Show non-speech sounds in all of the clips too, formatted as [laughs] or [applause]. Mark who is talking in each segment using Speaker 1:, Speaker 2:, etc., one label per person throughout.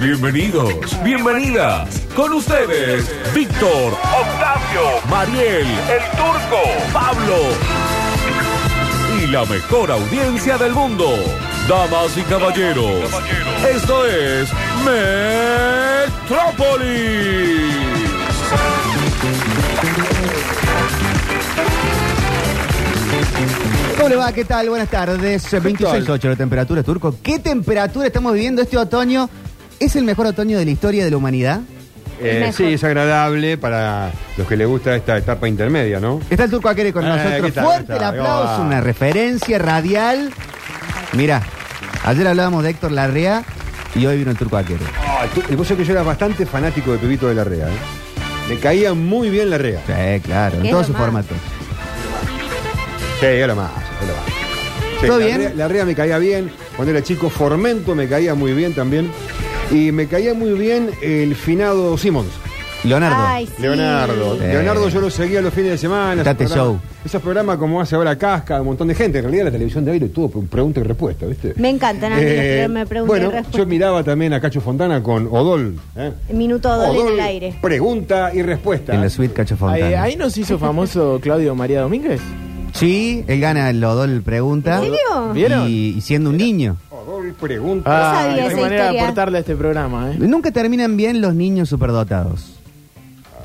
Speaker 1: Bienvenidos, bienvenidas. Con ustedes, Víctor, Octavio, Mariel, el Turco, Pablo y la mejor audiencia del mundo. Damas y caballeros, esto es Metrópolis.
Speaker 2: ¿Cómo le va? ¿Qué tal? Buenas tardes. 26.8 la temperatura, Turco. ¿Qué temperatura estamos viviendo este otoño? ¿Es el mejor otoño de la historia de la humanidad?
Speaker 3: Eh,
Speaker 4: Mejor.
Speaker 3: sí, es agradable para los que les gusta esta etapa intermedia, ¿no?
Speaker 2: Está el Turco Aquere con
Speaker 3: Eh,
Speaker 2: nosotros.
Speaker 3: ¿qué tal?
Speaker 2: Fuerte
Speaker 3: ¿Qué tal?
Speaker 2: el aplauso,
Speaker 3: Ah.
Speaker 2: una referencia radial. Mira, ayer hablábamos de Héctor Larrea y hoy vino el Turco Aquere.
Speaker 3: Ah, tú- y vos sabés que yo era bastante fanático de Pepito de la Rea. ¿eh? Me caía muy bien la Rea.
Speaker 2: Sí, claro, en
Speaker 4: Qué
Speaker 2: todo
Speaker 4: lo
Speaker 2: su
Speaker 4: más.
Speaker 2: formato.
Speaker 3: Sí, era más. era más. Sí,
Speaker 2: ¿Todo
Speaker 3: la
Speaker 2: bien?
Speaker 3: Rea- la Rea me caía bien. Cuando era chico, Formento me caía muy bien también. Y me caía muy bien el finado Simmons.
Speaker 2: Leonardo.
Speaker 4: Ay, sí.
Speaker 3: Leonardo.
Speaker 2: Sí.
Speaker 3: Leonardo yo lo seguía los fines de semana. esos
Speaker 2: Tate
Speaker 3: programas-
Speaker 2: Show.
Speaker 3: Esos programas como hace ahora Casca, un montón de gente. En realidad la televisión de hoy lo tuvo por pregunta y respuesta, ¿viste?
Speaker 4: Me encantan a mí los
Speaker 3: Eh,
Speaker 4: programas de pregunta y
Speaker 3: Bueno,
Speaker 4: respuesta.
Speaker 3: yo miraba también a Cacho Fontana con Odol. ¿eh?
Speaker 4: Minuto Odol en el aire.
Speaker 3: Pregunta y respuesta.
Speaker 2: En la suite Cacho
Speaker 5: Ahí,
Speaker 2: Fontana.
Speaker 5: ahí nos hizo famoso Claudio María Domínguez.
Speaker 2: Sí, él gana el Odol Pregunta.
Speaker 4: ¿En serio?
Speaker 5: ¿Vieron?
Speaker 2: Y, y siendo un niño.
Speaker 3: Odol pregunta.
Speaker 5: Ah,
Speaker 4: sabía
Speaker 5: qué
Speaker 4: esa
Speaker 5: manera de
Speaker 4: historia.
Speaker 5: aportarle a este programa, ¿eh?
Speaker 2: Nunca terminan bien los niños superdotados.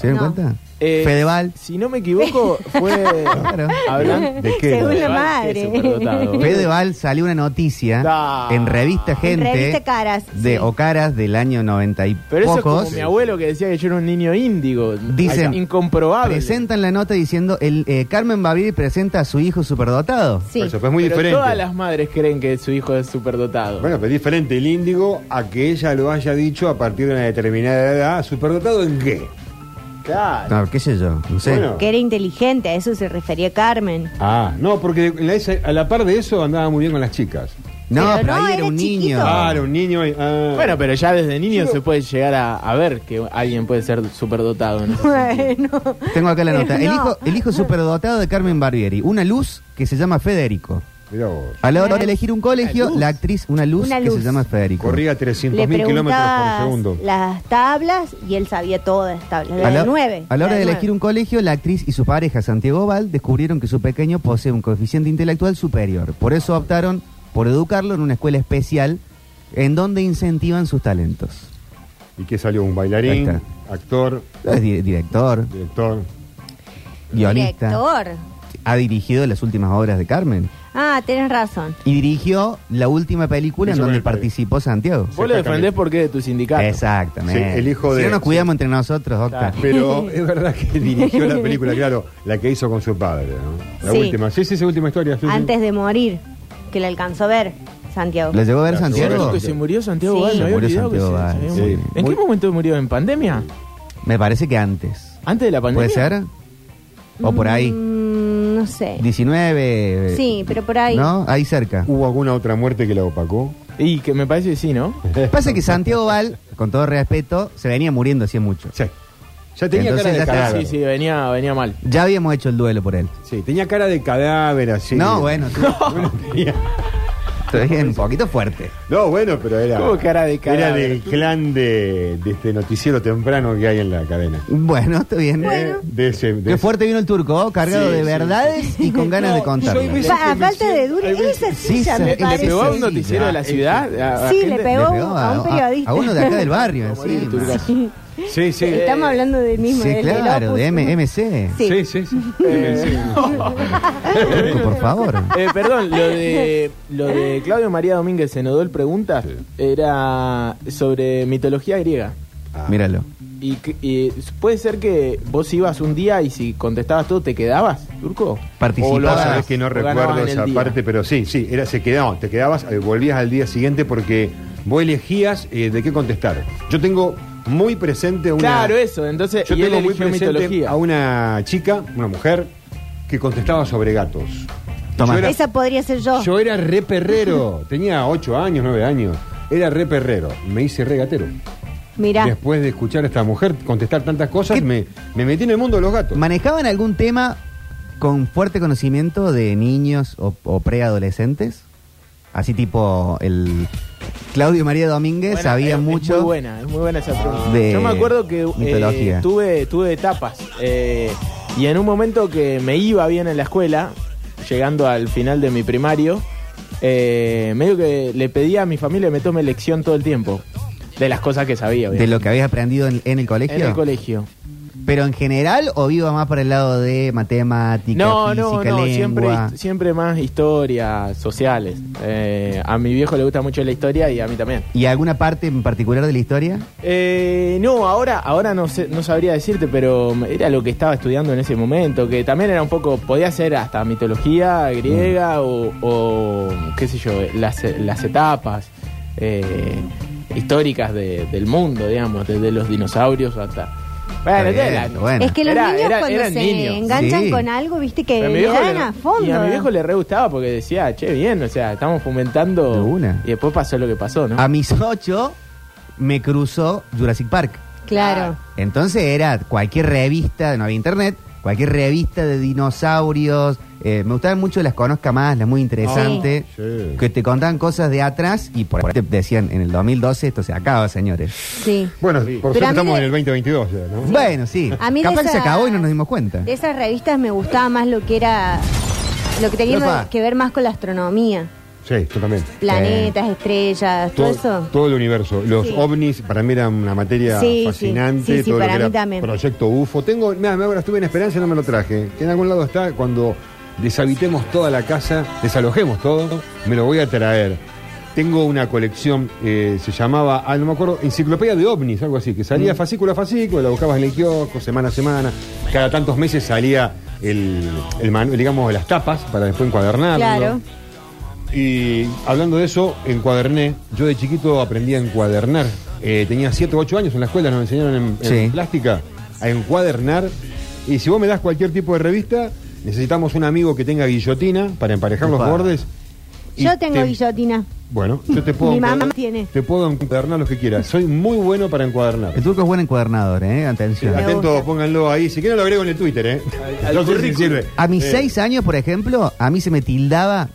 Speaker 2: ¿Se dan
Speaker 4: No.
Speaker 2: cuenta?
Speaker 5: Eh,
Speaker 2: Fedeval.
Speaker 5: Si no me equivoco, fue.
Speaker 2: Claro.
Speaker 4: [laughs]
Speaker 5: Hablan
Speaker 3: ¿De qué?
Speaker 4: Según la
Speaker 5: Fedeval,
Speaker 4: madre.
Speaker 5: qué
Speaker 4: [laughs]
Speaker 5: superdotado.
Speaker 2: Fedeval salió una noticia
Speaker 5: Da.
Speaker 2: en revista Gente.
Speaker 4: revista Caras,
Speaker 2: De,
Speaker 4: sí.
Speaker 2: O Caras del año 90 y
Speaker 5: Pero eso es
Speaker 2: pocos.
Speaker 5: como mi abuelo que decía que yo era un niño índigo.
Speaker 2: Dicen-
Speaker 5: Incomprobable.
Speaker 2: Presentan la nota diciendo: el, eh, Carmen Bavir presenta a su hijo superdotado.
Speaker 4: Sí.
Speaker 3: Por eso, pues es muy
Speaker 5: Pero
Speaker 3: diferente.
Speaker 5: Todas las madres creen que su hijo es superdotado.
Speaker 3: Bueno, pero es diferente el índigo a que ella lo haya dicho a partir de una determinada edad. ¿Superdotado en qué?
Speaker 5: Claro.
Speaker 2: No, qué sé yo. No sé.
Speaker 3: Bueno.
Speaker 4: Que era inteligente, a eso se refería Carmen.
Speaker 3: Ah, no, porque en la- esa- a la par de eso andaba muy bien con las chicas.
Speaker 2: No, pero,
Speaker 4: Pero no,
Speaker 2: ahí era
Speaker 4: era
Speaker 2: un
Speaker 4: chiquito.
Speaker 2: niño.
Speaker 3: Ah, era un niño. y- ah.
Speaker 5: Bueno, pero ya desde niño
Speaker 3: Yo-
Speaker 5: se puede llegar a, a ver que alguien puede ser superdotado. ¿no?
Speaker 4: Bueno.
Speaker 2: Tengo acá la
Speaker 4: Pero
Speaker 2: nota. El,
Speaker 4: no.
Speaker 2: hijo, el hijo superdotado de Carmen Barbieri. Una luz que se llama Federico.
Speaker 3: Mirá vos.
Speaker 2: A la hora de elegir un colegio, la actriz, una luz,
Speaker 4: Una
Speaker 2: que
Speaker 4: luz.
Speaker 2: se llama Federico.
Speaker 3: Corría
Speaker 4: Le
Speaker 3: 300.000 kilómetros por segundo.
Speaker 4: preguntabas las tablas y él sabía todas las tablas.
Speaker 2: a
Speaker 4: La
Speaker 2: la,
Speaker 4: de Eh, nueve.
Speaker 2: a la hora de
Speaker 4: nueve.
Speaker 2: elegir un colegio, la actriz y su pareja Santiago Val descubrieron que su pequeño posee un coeficiente intelectual superior. Por eso optaron por educarlo en una escuela especial en donde incentivan sus talentos.
Speaker 3: ¿Y qué salió? ¿Un
Speaker 2: Ahí
Speaker 3: bailarín?
Speaker 2: está.
Speaker 3: ¿Actor?
Speaker 2: Es di- director,
Speaker 3: ¿Director?
Speaker 2: guionista.
Speaker 4: Director.
Speaker 2: Ha dirigido las últimas obras de Carmen.
Speaker 4: Ah, tenés razón.
Speaker 2: Y dirigió la última película en
Speaker 3: Hizo con
Speaker 2: donde
Speaker 3: el país.
Speaker 2: participó Santiago.
Speaker 5: Vos lo defendés porque es de tu sindicato.
Speaker 2: Exactamente.
Speaker 3: Sí, el hijo
Speaker 2: Si
Speaker 3: de-
Speaker 2: no nos cuidamos entre nosotros, Octa.
Speaker 4: [laughs]
Speaker 3: Pero es verdad que dirigió la película, claro, la que hizo con su padre, ¿no? La
Speaker 4: Sí.
Speaker 3: última. Sí, sí, esa última historia. sí, sí.
Speaker 4: Antes de morir, que le alcanzó a ver, Santiago.
Speaker 2: ¿Lo llegó a ver
Speaker 3: Claro,
Speaker 2: Santiago?
Speaker 3: seguro
Speaker 5: que se murió Santiago
Speaker 4: Sí.
Speaker 5: Val,
Speaker 4: Se
Speaker 5: me había
Speaker 2: murió
Speaker 5: olvidado que
Speaker 2: Santiago
Speaker 5: se-
Speaker 2: Val,
Speaker 5: se había
Speaker 3: sí.
Speaker 5: murido. ¿En
Speaker 3: Muy-
Speaker 5: qué momento murió? ¿En pandemia?
Speaker 2: Me parece que antes.
Speaker 5: ¿Antes de la pandemia?
Speaker 2: ¿Puede ser? O por ahí.
Speaker 4: Mm, no sé.
Speaker 2: 19. eh,
Speaker 4: Sí, pero por ahí.
Speaker 2: ¿No? Ahí cerca.
Speaker 5: Uh,
Speaker 3: ¿Hubo alguna otra muerte que la opacó?
Speaker 5: Y que me parece que sí, ¿no?
Speaker 2: Pasa que Santiago Val, con todo respeto, se venía muriendo hacía mucho.
Speaker 3: Sí. Ya tenía
Speaker 2: Entonces ya
Speaker 3: cara de
Speaker 2: está.
Speaker 3: cadáver.
Speaker 5: Sí, sí, venía, venía mal.
Speaker 2: Ya habíamos hecho el duelo por él.
Speaker 3: Sí, tenía cara de cadáver así.
Speaker 2: No, bueno, tú-
Speaker 4: [laughs]
Speaker 3: Bueno, [laughs] tenía-
Speaker 2: te dije un poquito fuerte.
Speaker 3: No, bueno, pero era.
Speaker 5: Tuvo cara de
Speaker 3: Era
Speaker 5: cadáver.
Speaker 3: del clan de, de este noticiero temprano que hay en la cadena.
Speaker 2: Bueno, está bien.
Speaker 3: Eh, De ese, de
Speaker 2: Qué
Speaker 3: ese-
Speaker 2: fuerte vino el turco, ¿oh? cargado
Speaker 5: Sí,
Speaker 2: de
Speaker 5: sí,
Speaker 2: verdades y
Speaker 4: [laughs]
Speaker 2: con ganas de contar.
Speaker 3: soy muy-
Speaker 4: Fa- Pues, a
Speaker 3: Sí,
Speaker 4: falta de duro. Esa
Speaker 2: Sí,
Speaker 4: silla
Speaker 2: sí,
Speaker 4: me
Speaker 2: sí,
Speaker 5: Le
Speaker 2: parece
Speaker 5: pegó a un
Speaker 2: sí,
Speaker 5: noticiero
Speaker 2: ya,
Speaker 5: de la
Speaker 2: es-
Speaker 5: ciudad. a- a
Speaker 4: Sí,
Speaker 5: gente-
Speaker 4: le pegó a un periodista.
Speaker 2: a uno de acá del barrio,
Speaker 5: [laughs] Como el
Speaker 2: encima.
Speaker 5: turco.
Speaker 3: Sí, sí.
Speaker 4: Estamos hablando del mismo.
Speaker 2: Sí,
Speaker 4: del- del
Speaker 2: claro,
Speaker 4: Opus.
Speaker 2: de M MC.
Speaker 4: Sí.
Speaker 3: Sí, sí, sí. Sí, sí.
Speaker 2: Turco, por favor.
Speaker 5: Eh, perdón, lo de, lo de Claudio María Domínguez en Odol Pregunta era sobre mitología griega.
Speaker 2: Míralo.
Speaker 5: Y, que- y puede ser que vos ibas un día y si contestabas todo te quedabas, turco.
Speaker 3: O lo
Speaker 2: Participaba.
Speaker 3: sabes que no
Speaker 5: o ganabas
Speaker 3: recuerdo
Speaker 5: en el
Speaker 3: esa
Speaker 5: día.
Speaker 3: parte, pero sí, sí, era, se quedaba, te quedabas, eh, volvías al día siguiente porque vos elegías eh, de qué contestar. Yo tengo muy presente una.
Speaker 5: Claro, eso. Entonces,
Speaker 3: Yo
Speaker 5: y él
Speaker 3: tengo muy
Speaker 5: eligió
Speaker 3: presente
Speaker 5: mitología.
Speaker 3: a una chica, una mujer, que contestaba sobre gatos.
Speaker 2: Tomá.
Speaker 3: Yo era-
Speaker 4: Esa podría ser yo.
Speaker 3: Yo era re perrero, tenía 8 años, 9 años. Era re perrero, me hice re gatero.
Speaker 4: Mirá.
Speaker 3: Después de escuchar a esta mujer contestar tantas cosas,
Speaker 2: ¿Qué?
Speaker 3: me, me metí en el mundo de los gatos.
Speaker 2: ¿Manejaban algún tema con fuerte conocimiento de niños o, o preadolescentes? Así tipo el Claudio María Domínguez
Speaker 5: Bueno,
Speaker 2: sabía
Speaker 5: es- es
Speaker 2: mucho.
Speaker 5: muy buena, es muy buena esa pregunta.
Speaker 2: De
Speaker 5: Yo me acuerdo que eh,
Speaker 2: mitología.
Speaker 5: tuve, tuve etapas. eh, y en un momento que me iba bien en la escuela, llegando al final de mi primario, eh, medio que le pedía a mi familia que me tome lección todo el tiempo. De las cosas que sabía,
Speaker 2: De
Speaker 5: obviamente.
Speaker 2: lo que habías aprendido en, en el colegio.
Speaker 5: En el colegio.
Speaker 2: Pero en general, o iba más para el lado de matemática,
Speaker 5: No, no,
Speaker 2: física,
Speaker 5: no, siempre,
Speaker 2: lengua.
Speaker 5: siempre más historias sociales. Eh, a mi viejo le gusta mucho la historia y a mí también.
Speaker 2: ¿Y alguna parte en particular de la historia?
Speaker 5: Eh, no, ahora, ahora no, sé- no sabría decirte, pero era lo que estaba estudiando en ese momento, que también era un poco, podía ser hasta mitología
Speaker 2: Mm.
Speaker 5: griega o, o, qué sé yo, las, las etapas eh, históricas de- del mundo, digamos, desde los dinosaurios hasta... Bueno,
Speaker 2: Está
Speaker 5: ya
Speaker 2: bien,
Speaker 5: era-
Speaker 2: está bueno.
Speaker 4: Es que los
Speaker 5: Era-
Speaker 4: niños
Speaker 5: era-
Speaker 4: cuando se
Speaker 5: eran niños.
Speaker 4: enganchan
Speaker 2: Sí.
Speaker 4: con algo, viste que
Speaker 5: Pero a mi
Speaker 4: le
Speaker 5: viejo
Speaker 4: dan
Speaker 5: le-
Speaker 4: a fondo.
Speaker 5: Y a mi viejo le re gustaba porque decía, che, bien, o sea, estamos fomentando...
Speaker 2: De una. Ah,
Speaker 5: Y después pasó lo que pasó, ¿no?
Speaker 2: A mis ocho me cruzó Jurassic Park.
Speaker 4: Claro.
Speaker 5: Ah.
Speaker 2: Entonces era cualquier revista, no había internet, cualquier revista de dinosaurios. eh, me gustaban mucho las conozca más, las muy interesantes.
Speaker 3: Sí.
Speaker 2: Que te contaban cosas de atrás y por ahí te decían en el 2012 esto se acaba, señores.
Speaker 4: Sí.
Speaker 3: Bueno, por
Speaker 4: Pero
Speaker 3: suerte
Speaker 4: a mí
Speaker 3: estamos
Speaker 4: de-
Speaker 3: en el 2022 ya, ¿no?
Speaker 2: Bueno, sí.
Speaker 4: A mí de
Speaker 2: Capaz que se
Speaker 4: esas-
Speaker 2: acabó y no nos dimos cuenta.
Speaker 4: De esas revistas me gustaba más lo que era. Lo que
Speaker 2: Opa.
Speaker 4: tenía que ver más con la astronomía.
Speaker 3: Sí, totalmente.
Speaker 4: Planetas, estrellas, todo,
Speaker 3: Todo,
Speaker 4: eso.
Speaker 3: todo el universo. Los
Speaker 4: Sí.
Speaker 3: ovnis para mí era una materia
Speaker 4: Sí, sí.
Speaker 3: fascinante.
Speaker 4: Sí, sí,
Speaker 3: todo lo
Speaker 4: para
Speaker 3: que
Speaker 4: mí
Speaker 3: era
Speaker 4: también.
Speaker 3: Proyecto UFO. Tengo, mira, ahora estuve en Esperanza y no me lo traje. En algún lado está cuando deshabitemos toda la casa, desalojemos todo, me lo voy a traer. Tengo una colección, eh, se llamaba, ah, no me acuerdo, Enciclopedia de OVNIs, algo así, que
Speaker 4: Mm.
Speaker 3: salía fascículo a fascículo, la buscabas en el kiosco, semana a semana, cada tantos meses salía el, el manu- digamos, las tapas para después encuadernarlo.
Speaker 4: Claro.
Speaker 3: Y hablando de eso, encuaderné. Yo de chiquito aprendí a encuadernar. Eh, tenía 7 u 8 años en la escuela, nos enseñaron en, en
Speaker 2: Sí.
Speaker 3: plástica a encuadernar. Y si vos me das cualquier tipo de revista, necesitamos un amigo que tenga guillotina para emparejar los
Speaker 2: Upa.
Speaker 3: bordes. Y
Speaker 4: Yo tengo
Speaker 3: te-
Speaker 4: guillotina.
Speaker 3: Bueno, yo te puedo.
Speaker 4: Mi mamá
Speaker 3: encuadernar-
Speaker 4: tiene.
Speaker 3: Te puedo encuadernar lo que quieras. Soy muy bueno para encuadernar.
Speaker 2: El turco es buen encuadernador, ¿eh? Atención.
Speaker 4: Me
Speaker 3: Atento,
Speaker 4: gusta.
Speaker 3: pónganlo ahí. Si quieren lo agrego en el Twitter, ¿eh?
Speaker 5: al
Speaker 3: Yo sé si
Speaker 5: currículum.
Speaker 3: sirve.
Speaker 2: A mis
Speaker 3: Eh,
Speaker 2: seis años, por ejemplo, a mí se me tildaba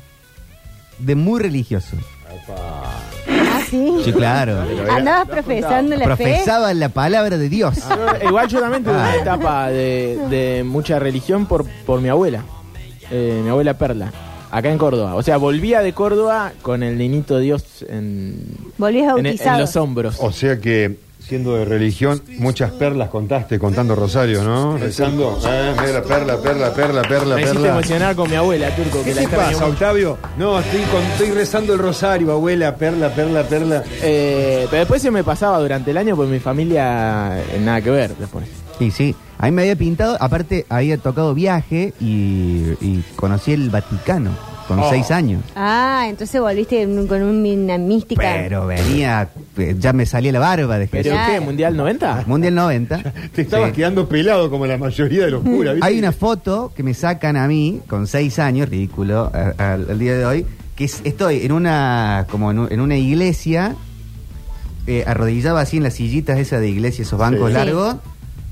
Speaker 2: de muy religioso.
Speaker 4: Ah, sí.
Speaker 2: Sí, claro.
Speaker 4: Andabas profesando la fe.
Speaker 2: Profesaba la palabra de Dios.
Speaker 4: Ah.
Speaker 5: Yo, igual yo también tuve una
Speaker 2: Ah.
Speaker 5: etapa de, de mucha religión por, por mi abuela, eh, mi abuela Perla, acá en Córdoba. O sea, volvía de Córdoba con el niñito Dios en,
Speaker 4: Volvías
Speaker 5: en- en
Speaker 4: bautizado.
Speaker 5: los hombros.
Speaker 3: O sea que, siendo de religión, muchas perlas contaste contando Rosario, ¿no? Rezando. Eh, mira, perla, perla, perla, perla,
Speaker 5: Me hiciste
Speaker 3: perla.
Speaker 5: emocionar con mi abuela, Turco, que
Speaker 3: ¿Qué
Speaker 5: la
Speaker 3: te
Speaker 5: extraño
Speaker 3: pasa,
Speaker 5: mucho.
Speaker 3: Octavio? No, estoy, con- estoy rezando el Rosario, abuela, perla, perla, perla.
Speaker 5: Eh, pero después se me pasaba durante el año porque mi familia eh, nada que ver después.
Speaker 2: Y sí, a mí me había pintado, aparte había tocado viaje y, y conocí el Vaticano con
Speaker 3: Oh.
Speaker 2: seis años.
Speaker 4: Ah, entonces volviste en- con un- una mística.
Speaker 2: Pero venía, eh, ya me salía la barba de
Speaker 5: ¿Pero
Speaker 2: Jesús.
Speaker 5: qué? ¿Mundial 90?
Speaker 2: Mundial 90.
Speaker 3: [laughs] Te estabas
Speaker 2: Sí.
Speaker 3: quedando pelado como la mayoría de los curas, ¿viste?
Speaker 2: Hay una foto que me sacan a mí con seis años, ridículo, a- a- al día de hoy, que es- estoy en una como en, un- en una iglesia, eh, arrodillado así en las sillitas esas de iglesia, esos bancos
Speaker 4: Sí.
Speaker 2: largos,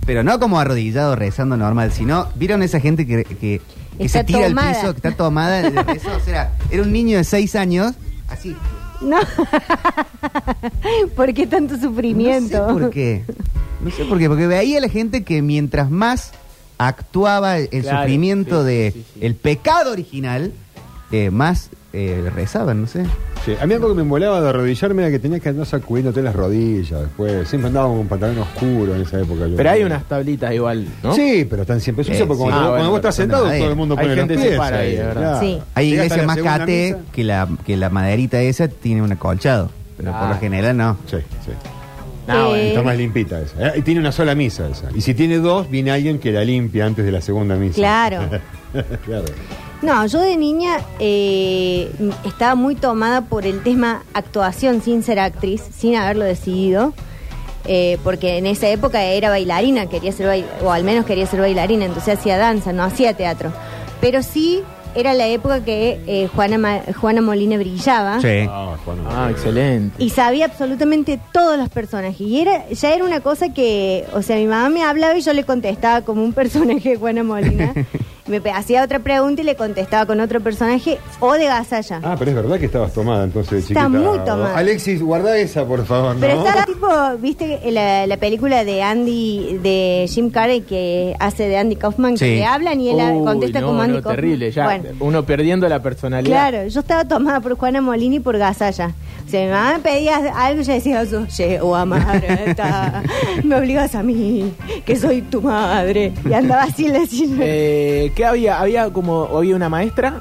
Speaker 2: pero no como arrodillado rezando normal, sino, ¿vieron esa gente que, que- que
Speaker 4: Está
Speaker 2: se tira al
Speaker 4: tomada.
Speaker 2: piso, que está tomada? de rezo? O sea, era un niño de seis años, así.
Speaker 4: No. [laughs] ¿Por qué tanto sufrimiento?
Speaker 2: No sé por qué. No sé por qué, porque veía a la gente que mientras más actuaba el
Speaker 5: Claro,
Speaker 2: sufrimiento
Speaker 5: sí,
Speaker 2: de
Speaker 5: sí, sí.
Speaker 2: el pecado original, eh, más eh, rezaban, no sé.
Speaker 3: Sí, a mí algo que me molaba de arrodillarme era que tenías que andar sacudiéndote las rodillas después. Siempre andaba con un pantalón oscuro en esa época. yo.
Speaker 5: Pero hay unas tablitas igual, ¿no?
Speaker 3: Sí, pero están siempre sucias
Speaker 2: Eh,
Speaker 3: porque
Speaker 2: sí.
Speaker 3: cuando,
Speaker 5: Ah,
Speaker 3: cuando
Speaker 5: bueno,
Speaker 3: vos estás
Speaker 2: pero
Speaker 3: sentado
Speaker 2: son de
Speaker 3: todo el mundo
Speaker 5: madera.
Speaker 3: pone
Speaker 5: Hay
Speaker 3: los
Speaker 5: gente
Speaker 3: pies.
Speaker 5: que se para ahí, de
Speaker 3: claro.
Speaker 5: verdad.
Speaker 4: Sí.
Speaker 2: Hay
Speaker 3: Llegas a
Speaker 2: iglesias
Speaker 3: la
Speaker 2: más
Speaker 3: segunda
Speaker 2: cate
Speaker 3: misa.
Speaker 2: que la, que la maderita esa tiene un acolchado, pero por
Speaker 5: Claro.
Speaker 2: lo general no.
Speaker 3: Sí, sí.
Speaker 5: No, Ah, bueno.
Speaker 4: Eh,
Speaker 3: Está más limpita esa. Eh, Y tiene una sola misa esa. Y si tiene dos, viene alguien que la limpia antes de la segunda misa.
Speaker 4: Claro.
Speaker 3: [laughs] claro.
Speaker 4: No, yo de niña eh, estaba muy tomada por el tema actuación sin ser actriz, sin haberlo decidido, eh, porque en esa época era bailarina, quería ser bail- o al menos quería ser bailarina, entonces hacía danza, no hacía teatro. Pero sí era la época que eh, Juana, Ma- Juana Molina brillaba.
Speaker 2: Sí.
Speaker 3: Ah, Juan,
Speaker 5: Ah, excelente.
Speaker 4: Y sabía absolutamente todos los personajes. Y era, ya [laughs]
Speaker 5: [laughs]
Speaker 4: era una cosa que, o sea, mi mamá me hablaba y yo le contestaba como un personaje de Juana Molina. Me pe- hacía otra pregunta y le contestaba con otro personaje o de Gazalla.
Speaker 3: Ah, pero es verdad que estabas tomada entonces,
Speaker 4: Está
Speaker 3: chiquita.
Speaker 4: muy tomada.
Speaker 3: Alexis, guarda esa, por favor, ¿no?
Speaker 4: Pero está tipo, viste la, la película de Andy, de Jim Carrey que hace de Andy Kaufman,
Speaker 2: Sí.
Speaker 4: que le hablan y él
Speaker 5: Uy,
Speaker 4: contesta
Speaker 5: no,
Speaker 4: como Andy
Speaker 5: no,
Speaker 4: Kaufman.
Speaker 5: terrible, ya.
Speaker 4: Bueno,
Speaker 5: Uno perdiendo la personalidad.
Speaker 4: claro, yo estaba tomada por Juana Molini y por Gazalla. O sea, mi mamá me pedía algo y yo decía, yo llego a madre,
Speaker 5: [laughs]
Speaker 4: está- me obligas a mí, que soy tu madre. Y andaba así en la [laughs] silla.
Speaker 5: Eh, ¿Qué había? ¿Había como había una maestra?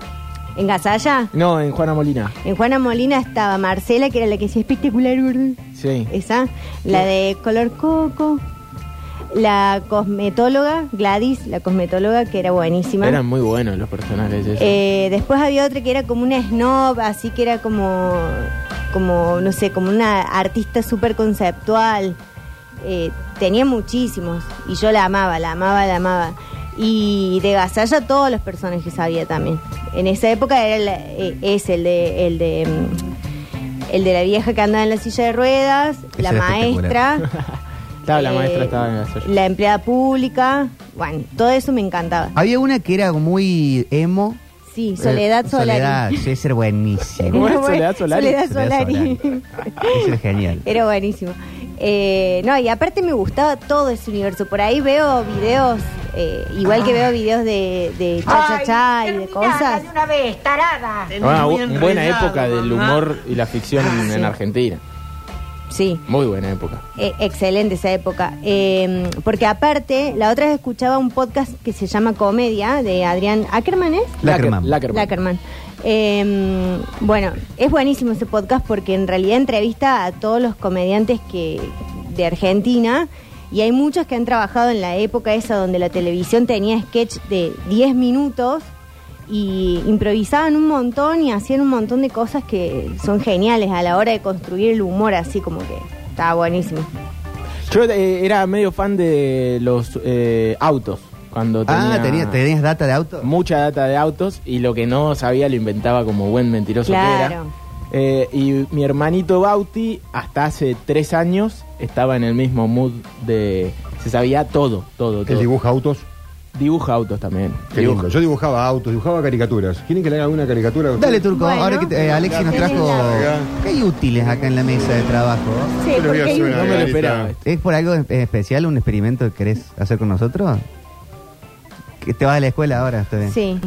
Speaker 4: ¿En Gazalla?
Speaker 5: No, en Juana Molina.
Speaker 4: En Juana Molina estaba Marcela, que era la que decía espectacular, gordo".
Speaker 5: Sí.
Speaker 4: Esa, la de color coco. La cosmetóloga, Gladys, la cosmetóloga, que era buenísima.
Speaker 5: Eran muy buenos los personajes. esos.
Speaker 4: Eh, después había otra que era como una snob, así que era como, como no sé, como una artista súper conceptual. Eh, tenía muchísimos y yo la amaba, la amaba, la amaba. Y de Gazalla todos los personajes había también. En esa época era la- eh, es el de, el de mm, el de la vieja que andaba en la silla de ruedas,
Speaker 2: Ese
Speaker 4: la
Speaker 2: era espectacular.
Speaker 4: maestra,
Speaker 5: [laughs] estaba la
Speaker 4: eh,
Speaker 5: maestra, estaba en la
Speaker 4: la empleada pública, bueno, todo eso me encantaba.
Speaker 2: Había una que era muy emo.
Speaker 4: Sí, Soledad
Speaker 2: Eh,
Speaker 4: Solari.
Speaker 2: Soledad, sí, ese era buenísimo.
Speaker 5: ¿Cómo es?
Speaker 4: No,
Speaker 5: Soledad
Speaker 4: [laughs]
Speaker 5: Solari.
Speaker 4: Soledad Solari.
Speaker 2: Soledad Ese era genial.
Speaker 4: Era buenísimo. Eh, no, y aparte me gustaba todo ese universo. Por ahí veo videos, eh, igual que veo videos de, de cha cha cha y de cosas.
Speaker 6: una vez, tarada.
Speaker 5: Ah, bu- buena época del humor y la ficción
Speaker 4: Ah,
Speaker 5: en Argentina.
Speaker 4: Sí,
Speaker 5: Muy buena época.
Speaker 4: eh, excelente esa época. Eh, porque aparte, la otra vez escuchaba un podcast que se llama Comedia de Adrián Ackerman, ¿es?
Speaker 2: Lackerman.
Speaker 5: Lackerman.
Speaker 4: Lackerman. Eh, bueno, es buenísimo ese podcast porque en realidad entrevista a todos los comediantes que de Argentina y hay muchos que han trabajado en la época esa donde la televisión tenía sketch de 10 minutos y improvisaban un montón y hacían un montón de cosas que son geniales a la hora de construir el humor así como que estaba buenísimo.
Speaker 5: Yo eh, era medio fan de los eh, autos. Cuando tenía
Speaker 2: Ah, ¿tenías, tenías data de auto?
Speaker 5: mucha data de autos y lo que no sabía lo inventaba como buen mentiroso que era.
Speaker 4: Claro.
Speaker 5: Eh, y mi hermanito Bauti, hasta hace tres años, estaba en el mismo mood de... Se sabía todo, todo,
Speaker 3: Él
Speaker 5: todo.
Speaker 3: dibuja autos.
Speaker 5: Dibuja autos también.
Speaker 3: Qué
Speaker 5: Dibuja.
Speaker 3: lindo. Yo dibujaba autos, dibujaba caricaturas. ¿Quieren que le haga una caricatura? a usted?
Speaker 2: Dale, Turco.
Speaker 4: Bueno.
Speaker 2: Ahora que te- eh, Alexis nos trajo...
Speaker 3: Acá.
Speaker 2: ¿Qué hay útiles acá en la mesa de trabajo?
Speaker 4: Sí,
Speaker 3: Yo les voy a
Speaker 4: porque
Speaker 3: hacer
Speaker 4: hay-
Speaker 3: una
Speaker 5: No me lo
Speaker 3: garita.
Speaker 5: esperaba.
Speaker 2: ¿Es por algo en- en especial, un experimento que querés hacer con nosotros? Que te vas de la escuela ahora, está bien.
Speaker 4: Sí.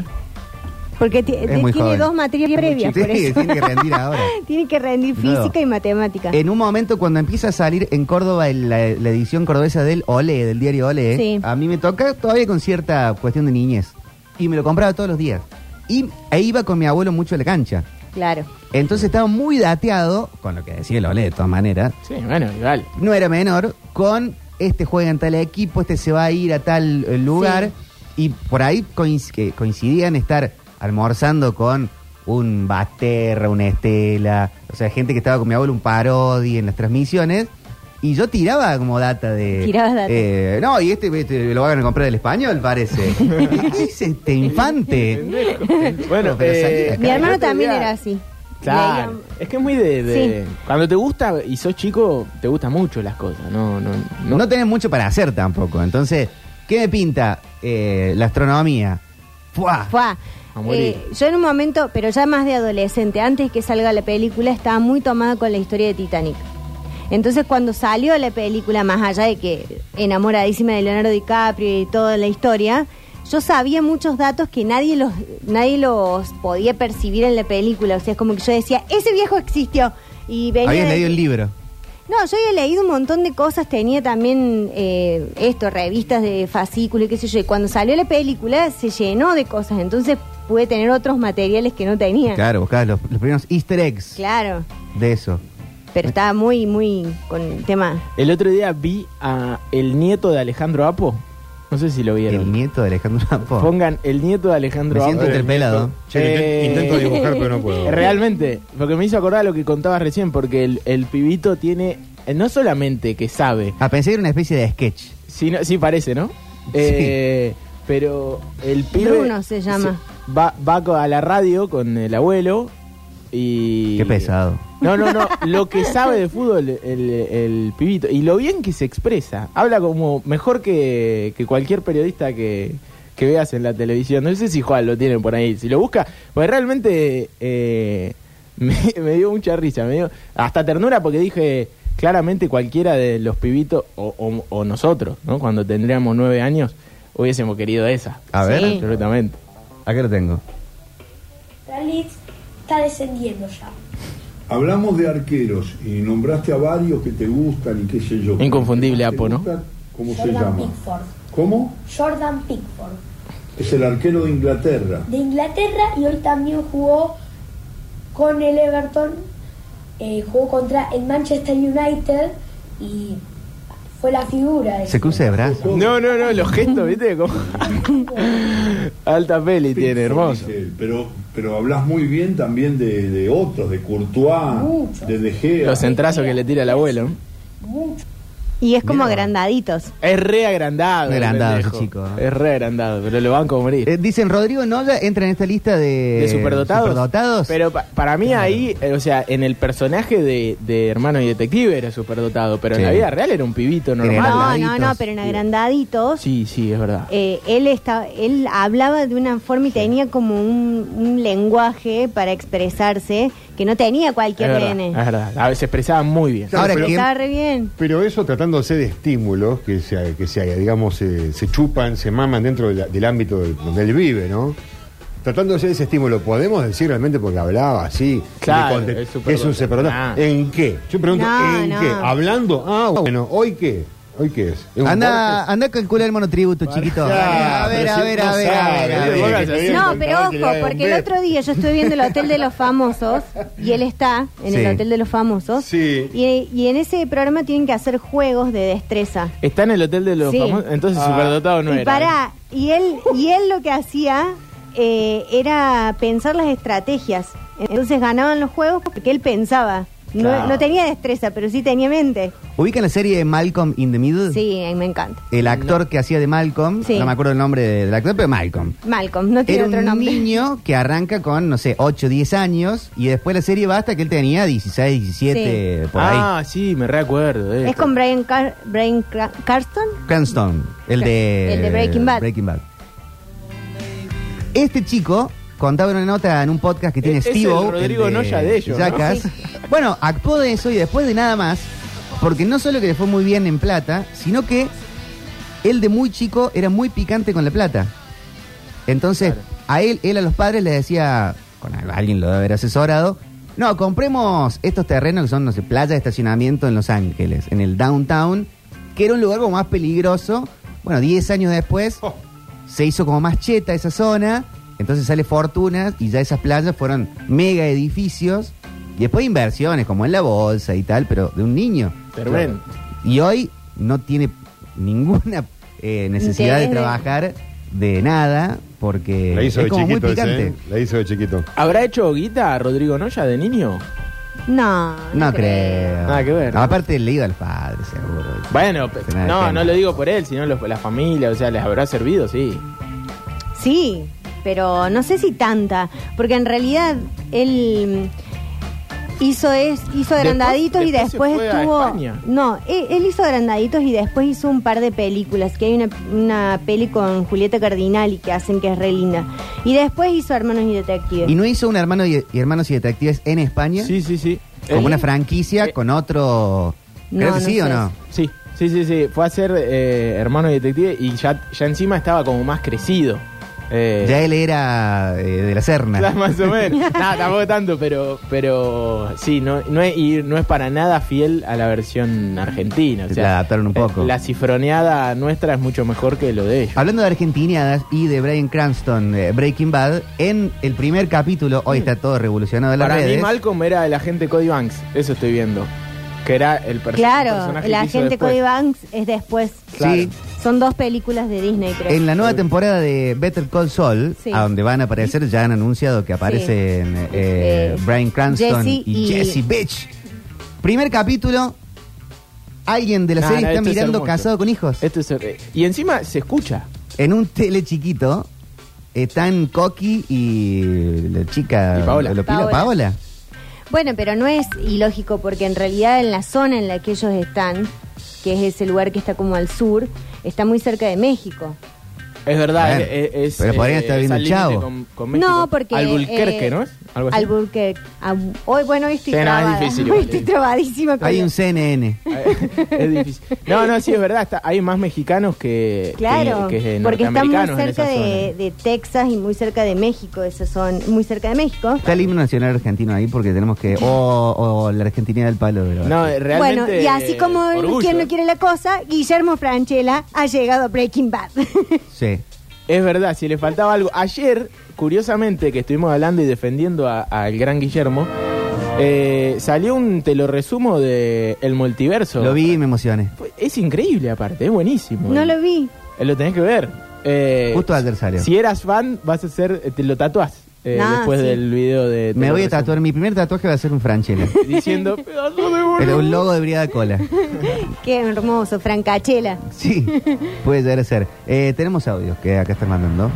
Speaker 4: Porque ti-
Speaker 2: Es
Speaker 4: tiene
Speaker 2: muy joven.
Speaker 4: dos materias previas,
Speaker 2: Sí,
Speaker 4: por eso.
Speaker 2: tiene que rendir ahora.
Speaker 4: [laughs] Tiene que rendir
Speaker 2: Luego.
Speaker 4: física y matemática.
Speaker 2: En un momento, cuando empieza a salir en Córdoba el- la, la edición cordobesa del Ole, del diario Ole, ¿eh?
Speaker 4: Sí.
Speaker 2: a mí me toca todavía con cierta cuestión de niñez. Y me lo compraba todos los días. Y e iba con mi abuelo mucho a la cancha.
Speaker 4: Claro.
Speaker 2: Entonces estaba muy dateado, con lo que decía el Ole de todas maneras,
Speaker 5: Sí, bueno, igual.
Speaker 2: no era menor, con este juega en tal equipo, este se va a ir a tal eh, lugar. Y por ahí coinc- que coincidían estar almorzando con un Baterra, una Estela, o sea, gente que estaba con mi abuelo, un parodi en las transmisiones. Y yo tiraba como data de.
Speaker 4: Tirabas data.
Speaker 2: eh, no, y este, este lo van a comprar el español, parece. ¿Qué dice este infante?
Speaker 5: [laughs] Bueno,
Speaker 2: Pero
Speaker 5: eh,
Speaker 2: salía.
Speaker 4: Mi hermano
Speaker 5: el otro
Speaker 4: también
Speaker 5: día-
Speaker 4: era así.
Speaker 5: Claro.
Speaker 4: Leía-
Speaker 5: Es que es muy de... de-
Speaker 4: Sí.
Speaker 5: Cuando te gusta y sos chico, te gustan mucho las cosas. No, no, no.
Speaker 2: No, tenés mucho para hacer tampoco. Entonces, ¿qué me pinta? Eh, la astronomía. ¡Fua!
Speaker 4: Fua.
Speaker 5: A morir.
Speaker 4: Eh, yo en un momento, pero ya más de adolescente, antes que salga la película, estaba muy tomada con la historia de Titanic. Entonces cuando salió la película, más allá de que enamoradísima de Leonardo DiCaprio y toda la historia, yo sabía muchos datos que nadie los, nadie los podía percibir en la película. O sea, es como que yo decía, ese viejo existió. Y venía
Speaker 2: Habías
Speaker 4: de-
Speaker 2: leído el libro.
Speaker 4: No, yo había leído un montón de cosas, tenía también eh, esto, revistas de fascículos y qué sé yo. Y cuando salió la película se llenó de cosas, entonces pude tener otros materiales que no tenía. Claro,
Speaker 2: Claro, buscabas los, los primeros easter eggs de eso.
Speaker 4: pero estaba muy, muy con el tema.
Speaker 5: El otro día vi a el nieto de Alejandro Apo. No sé si lo vieron.
Speaker 2: El nieto de Alejandro Apo.
Speaker 5: Pongan el nieto de
Speaker 2: Me
Speaker 5: Alejandro Apo.
Speaker 2: siento interpelado.
Speaker 3: Che,
Speaker 5: Eh,
Speaker 3: Intento dibujar, pero no puedo.
Speaker 5: [laughs] Realmente, porque me hizo acordar lo que contabas recién, porque el, el pibito tiene, eh, no solamente que sabe,
Speaker 2: A pensar en una especie de sketch.
Speaker 5: sino, sí parece, ¿no? Eh, Pero el pibe...
Speaker 4: Bruno se llama.
Speaker 5: se- va, va co- a la radio con el abuelo y...
Speaker 2: Qué pesado.
Speaker 5: No, no, no, lo que sabe de fútbol el, el pibito y lo bien que se expresa. Habla como mejor que, que cualquier periodista que, que veas en la televisión. No sé si Juan lo tiene por ahí. Si lo busca, pues realmente eh, [laughs] me, me dio mucha risa, me dio hasta ternura porque dije claramente cualquiera de los pibitos o, o- o nosotros, ¿no? Cuando tendríamos nueve años hubiésemos querido esa.
Speaker 2: A ver.
Speaker 4: Sí.
Speaker 5: Absolutamente.
Speaker 2: Acá lo tengo.
Speaker 6: Dalit está descendiendo ya.
Speaker 7: Hablamos de arqueros y nombraste a varios que te gustan y qué sé yo.
Speaker 5: Inconfundible,
Speaker 7: ¿Te
Speaker 5: Apo, ¿no?
Speaker 7: gustan? ¿Cómo se
Speaker 6: Jordan
Speaker 7: llama?
Speaker 6: Pickford.
Speaker 7: ¿Cómo?
Speaker 6: Jordan Pickford.
Speaker 7: Es el arquero de Inglaterra.
Speaker 6: De Inglaterra y hoy también jugó con el Everton. eh, jugó contra el Manchester United y fue la figura. de-
Speaker 2: Se cruza de brazos.
Speaker 5: No, no, no, los gestos, ¿viste? Como- [laughs] Alta peli tiene, hermoso.
Speaker 7: Dice, Pero, pero hablas muy bien también de, de otros, de Courtois,
Speaker 6: Mucho.
Speaker 7: de De Gea.
Speaker 5: Los centrazos que le tira el abuelo. ¿no?
Speaker 6: Mucho.
Speaker 4: Y es como agrandaditos.
Speaker 5: Es re agrandado. el
Speaker 2: Agrandado ese
Speaker 5: pendejo.
Speaker 2: chico, ¿eh?
Speaker 5: Es re agrandado, pero lo van a morir.
Speaker 2: Eh, dicen Rodrigo Noya entra en esta lista de,
Speaker 5: de superdotados.
Speaker 2: superdotados.
Speaker 5: Pero pa- para mí ahí, eh, o sea, en el personaje de, de hermano y detective era superdotado, pero en
Speaker 2: Sí.
Speaker 5: la vida real era un pibito normal.
Speaker 4: No,
Speaker 2: agrandaditos.
Speaker 4: no, no, pero en agrandaditos.
Speaker 5: Sí, sí, es verdad.
Speaker 4: eh, él, está, él hablaba de una forma y tenía como un, un lenguaje para expresarse que no tenía
Speaker 5: Es
Speaker 4: cualquier
Speaker 5: verdad, Ah,
Speaker 4: nene.
Speaker 5: es verdad. A veces se expresaba muy bien.
Speaker 3: Claro,
Speaker 2: Ahora,
Speaker 3: pero-
Speaker 2: ¿quién-
Speaker 4: Estaba re bien.
Speaker 3: Pero eso tratándose de estímulos que se, que se digamos, se, se chupan, se maman dentro de la- del ámbito del- donde él vive, ¿no? Tratándose de ese estímulo, ¿podemos decir realmente porque hablaba así?
Speaker 5: Claro,
Speaker 3: Le conte-
Speaker 5: es superdotado.
Speaker 3: es un superdotado.
Speaker 2: Ah.
Speaker 5: Nah.
Speaker 3: ¿En qué? Yo pregunto,
Speaker 4: No,
Speaker 3: ¿en
Speaker 4: no.
Speaker 3: qué? ¿Hablando? Ah, bueno, ¿hoy qué? ¿Hoy qué es? ¿Es un
Speaker 2: Anda,
Speaker 3: Borges?
Speaker 2: anda a calcular el monotributo, chiquito.
Speaker 3: Ya,
Speaker 2: a ver,
Speaker 3: pero
Speaker 2: a
Speaker 3: si
Speaker 2: ver,
Speaker 3: no
Speaker 2: a ver, a
Speaker 3: sabe,
Speaker 2: ver, a
Speaker 5: boludo,
Speaker 2: ver.
Speaker 3: que
Speaker 5: Borges,
Speaker 3: le den
Speaker 4: No,
Speaker 3: un
Speaker 4: pero
Speaker 3: contador, que le
Speaker 4: ojo,
Speaker 3: hagan un
Speaker 4: porque el
Speaker 3: beso.
Speaker 4: otro día yo estoy viendo el Hotel de los Famosos y él está en
Speaker 2: Sí.
Speaker 4: el Hotel de los Famosos.
Speaker 3: Sí.
Speaker 4: Y, y en ese programa tienen que hacer juegos de destreza.
Speaker 5: Está en el hotel de los
Speaker 4: Sí.
Speaker 5: famosos, entonces
Speaker 3: Ah.
Speaker 5: superdotado no
Speaker 4: y
Speaker 5: era.
Speaker 4: pará, y él, y él lo que hacía eh, era pensar las estrategias. Entonces ganaban los juegos porque él pensaba. No,
Speaker 5: Claro.
Speaker 4: no tenía destreza, pero sí tenía mente.
Speaker 2: ¿Ubican la serie Malcolm in the Middle?
Speaker 4: Sí, eh, me encanta.
Speaker 2: El actor que hacía de Malcolm,
Speaker 4: Sí.
Speaker 2: no me acuerdo el nombre del actor, pero Malcolm.
Speaker 4: Malcolm, no tiene
Speaker 2: Era
Speaker 4: otro
Speaker 2: un
Speaker 4: nombre.
Speaker 2: niño que arranca con, no sé, 8, 10 años y después la serie va hasta que él tenía 16, 17, por ahí.
Speaker 5: Ah, sí, me recuerdo. de
Speaker 4: Es
Speaker 5: esto.
Speaker 4: con Brian, Car- Brian Cra- Carston.
Speaker 2: Cranston, el de,
Speaker 4: El de Breaking Bad.
Speaker 2: Este chico contaba en una nota en un podcast que tiene
Speaker 5: Es- es el
Speaker 2: Steve
Speaker 5: Rodrigo Noya de ellos, ¿no?
Speaker 2: Jackass.
Speaker 4: Sí.
Speaker 2: Bueno, actuó de eso y después de nada más, porque no solo que le fue muy bien en plata, sino que él de muy chico era muy picante con la plata. Entonces, a él, él a los padres les decía, con al- alguien lo debe haber asesorado, no, compremos estos terrenos que son, no sé, playa de estacionamiento en Los Ángeles, en el downtown, que era un lugar como más peligroso. Bueno, 10 años después
Speaker 3: Oh.
Speaker 2: se hizo como más cheta esa zona, entonces sale fortunas y ya esas playas fueron mega edificios y después inversiones, como en la bolsa y tal, pero de un niño.
Speaker 5: Tremendo.
Speaker 2: Y hoy no tiene ninguna eh, necesidad de
Speaker 4: Interés de-
Speaker 2: trabajar de nada porque
Speaker 3: La hizo
Speaker 2: es
Speaker 3: de
Speaker 2: como muy
Speaker 3: chiquito ese,
Speaker 2: picante.
Speaker 3: ¿eh? La hizo de chiquito.
Speaker 5: ¿Habrá hecho guita Rodrigo Noya de niño?
Speaker 4: No,
Speaker 2: No creo.
Speaker 5: Nada que ver, ¿no?
Speaker 2: Aparte le iba al padre, seguro.
Speaker 5: Bueno, pe-
Speaker 2: Nada,
Speaker 5: no,
Speaker 2: nada.
Speaker 5: no lo digo por él, sino los- la familia, o sea, les habrá servido, sí.
Speaker 4: Sí, pero no sé si tanta, porque en realidad él mm, hizo es hizo agrandaditos y
Speaker 5: después
Speaker 4: después
Speaker 5: se fue a
Speaker 4: estuvo
Speaker 5: España.
Speaker 4: no él, él hizo agrandaditos y después hizo un par de películas que hay una, una peli con Julieta Cardinali que hacen que es re linda y después hizo Hermanos y Detectives
Speaker 2: ¿Y no hizo un hermano y, y hermanos y detectives en España?
Speaker 5: Sí, sí, sí.
Speaker 2: Como
Speaker 5: Él-
Speaker 2: una franquicia
Speaker 5: Eh.
Speaker 2: con otro...
Speaker 4: No,
Speaker 2: Creo que
Speaker 4: no
Speaker 2: sí o
Speaker 4: sé.
Speaker 2: no.
Speaker 5: Sí, sí, sí, sí. Fue a ser eh, hermano de detective y ya, ya encima estaba como más crecido. Eh,
Speaker 2: Ya él era eh, de la Serna.
Speaker 5: claro, [laughs] más o menos. Nada, tampoco tanto, pero, pero sí, no, no, es, y no es para nada fiel a la versión argentina. O sea,
Speaker 2: La adaptaron un
Speaker 5: eh,
Speaker 2: poco. Ah,
Speaker 5: la cifroneada nuestra es mucho mejor que lo de ellos.
Speaker 2: Hablando de argentiniadas y de Brian Cranston, eh, Breaking Bad, en el primer capítulo, hoy está todo revolucionado en las
Speaker 5: Para mí
Speaker 2: redes.
Speaker 5: Malcolm era el agente Cody Banks, eso estoy viendo. Que era el, perso- el
Speaker 4: claro
Speaker 5: personaje
Speaker 4: el
Speaker 5: que hizo
Speaker 4: agente
Speaker 5: después.
Speaker 4: Cody Banks es después
Speaker 5: Claro.
Speaker 2: Sí.
Speaker 4: son dos películas de Disney creo
Speaker 2: En la nueva temporada de Better Call Saul,
Speaker 4: Sí.
Speaker 2: a donde van a aparecer, ya han anunciado que aparecen eh,
Speaker 4: Eh,
Speaker 2: Brian Cranston
Speaker 4: Jesse
Speaker 2: y,
Speaker 4: y-
Speaker 2: Jesse Bitch. Primer capítulo, alguien de la
Speaker 5: No,
Speaker 2: serie
Speaker 5: no,
Speaker 2: está
Speaker 5: esto es
Speaker 2: mirando
Speaker 5: hermoso.
Speaker 2: casado con hijos.
Speaker 5: Esto es- eh, y encima se escucha.
Speaker 2: En un tele chiquito están Coqui y la chica,
Speaker 5: Y Paola.
Speaker 2: la pila-
Speaker 4: Paola.
Speaker 2: Paola.
Speaker 4: Bueno, pero no es ilógico porque en realidad en la zona en la que ellos están, que es ese lugar que está como al sur, está muy cerca de México.
Speaker 5: Es verdad,
Speaker 2: Bueno,
Speaker 5: es, es-
Speaker 2: pero podrían
Speaker 5: eh,
Speaker 2: estar viendo
Speaker 5: es al límite
Speaker 2: Chavo.
Speaker 5: con- con México.
Speaker 4: No, porque.
Speaker 5: Alburquerque,
Speaker 4: eh,
Speaker 5: ¿no es? Algo así. [laughs]
Speaker 4: Alburquerque. Am- Hoy, bueno, hoy estoy
Speaker 5: Sí, no, es
Speaker 4: trabada.
Speaker 5: difícil,
Speaker 4: [laughs] hoy
Speaker 5: igual.
Speaker 4: estoy trabadísima con
Speaker 2: Hay
Speaker 4: la-
Speaker 2: un CNN.
Speaker 5: es difícil. No, no, sí, es verdad. está- hay más mexicanos que, que-
Speaker 4: Claro,
Speaker 5: que,
Speaker 4: porque están muy
Speaker 5: norteamericanos en
Speaker 4: cerca
Speaker 5: esa
Speaker 4: de,
Speaker 5: zona.
Speaker 4: de Texas y muy cerca de México. Esas son muy cerca de México.
Speaker 2: Está el himno nacional argentino ahí porque tenemos que. O la Argentina del palo. de
Speaker 5: No, eh, realmente. eh,
Speaker 4: bueno, y así como
Speaker 5: orgullo.
Speaker 4: quien no quiere la cosa, Guillermo Franchella ha llegado a Breaking Bad. [laughs]
Speaker 2: Sí.
Speaker 5: Es verdad, si le faltaba algo. Ayer, curiosamente, que estuvimos hablando y defendiendo a- al gran Guillermo, eh, salió un te lo resumo de El Multiverso.
Speaker 2: Lo vi y me emocioné.
Speaker 5: Fue- Es increíble, aparte, es buenísimo.
Speaker 4: no lo vi.
Speaker 5: Eh, Lo tenés que ver. Eh,
Speaker 2: Justo ayer salió.
Speaker 5: Si eras fan, vas a ser. eh, Te lo tatuás eh,
Speaker 4: Ah,
Speaker 5: después
Speaker 4: sí.
Speaker 5: del video de. te
Speaker 2: Me
Speaker 5: Este lo
Speaker 2: voy a
Speaker 5: resumo.
Speaker 2: tatuar. Mi primer tatuaje va a ser un Franchella. [laughs]
Speaker 5: Diciendo. "Pedazo de boludo".
Speaker 2: Pero un logo de brigada
Speaker 5: [laughs]
Speaker 2: cola.
Speaker 4: Qué hermoso, Francachela.
Speaker 2: Sí, puede llegar a ser. Eh, tenemos audios que acá están mandando.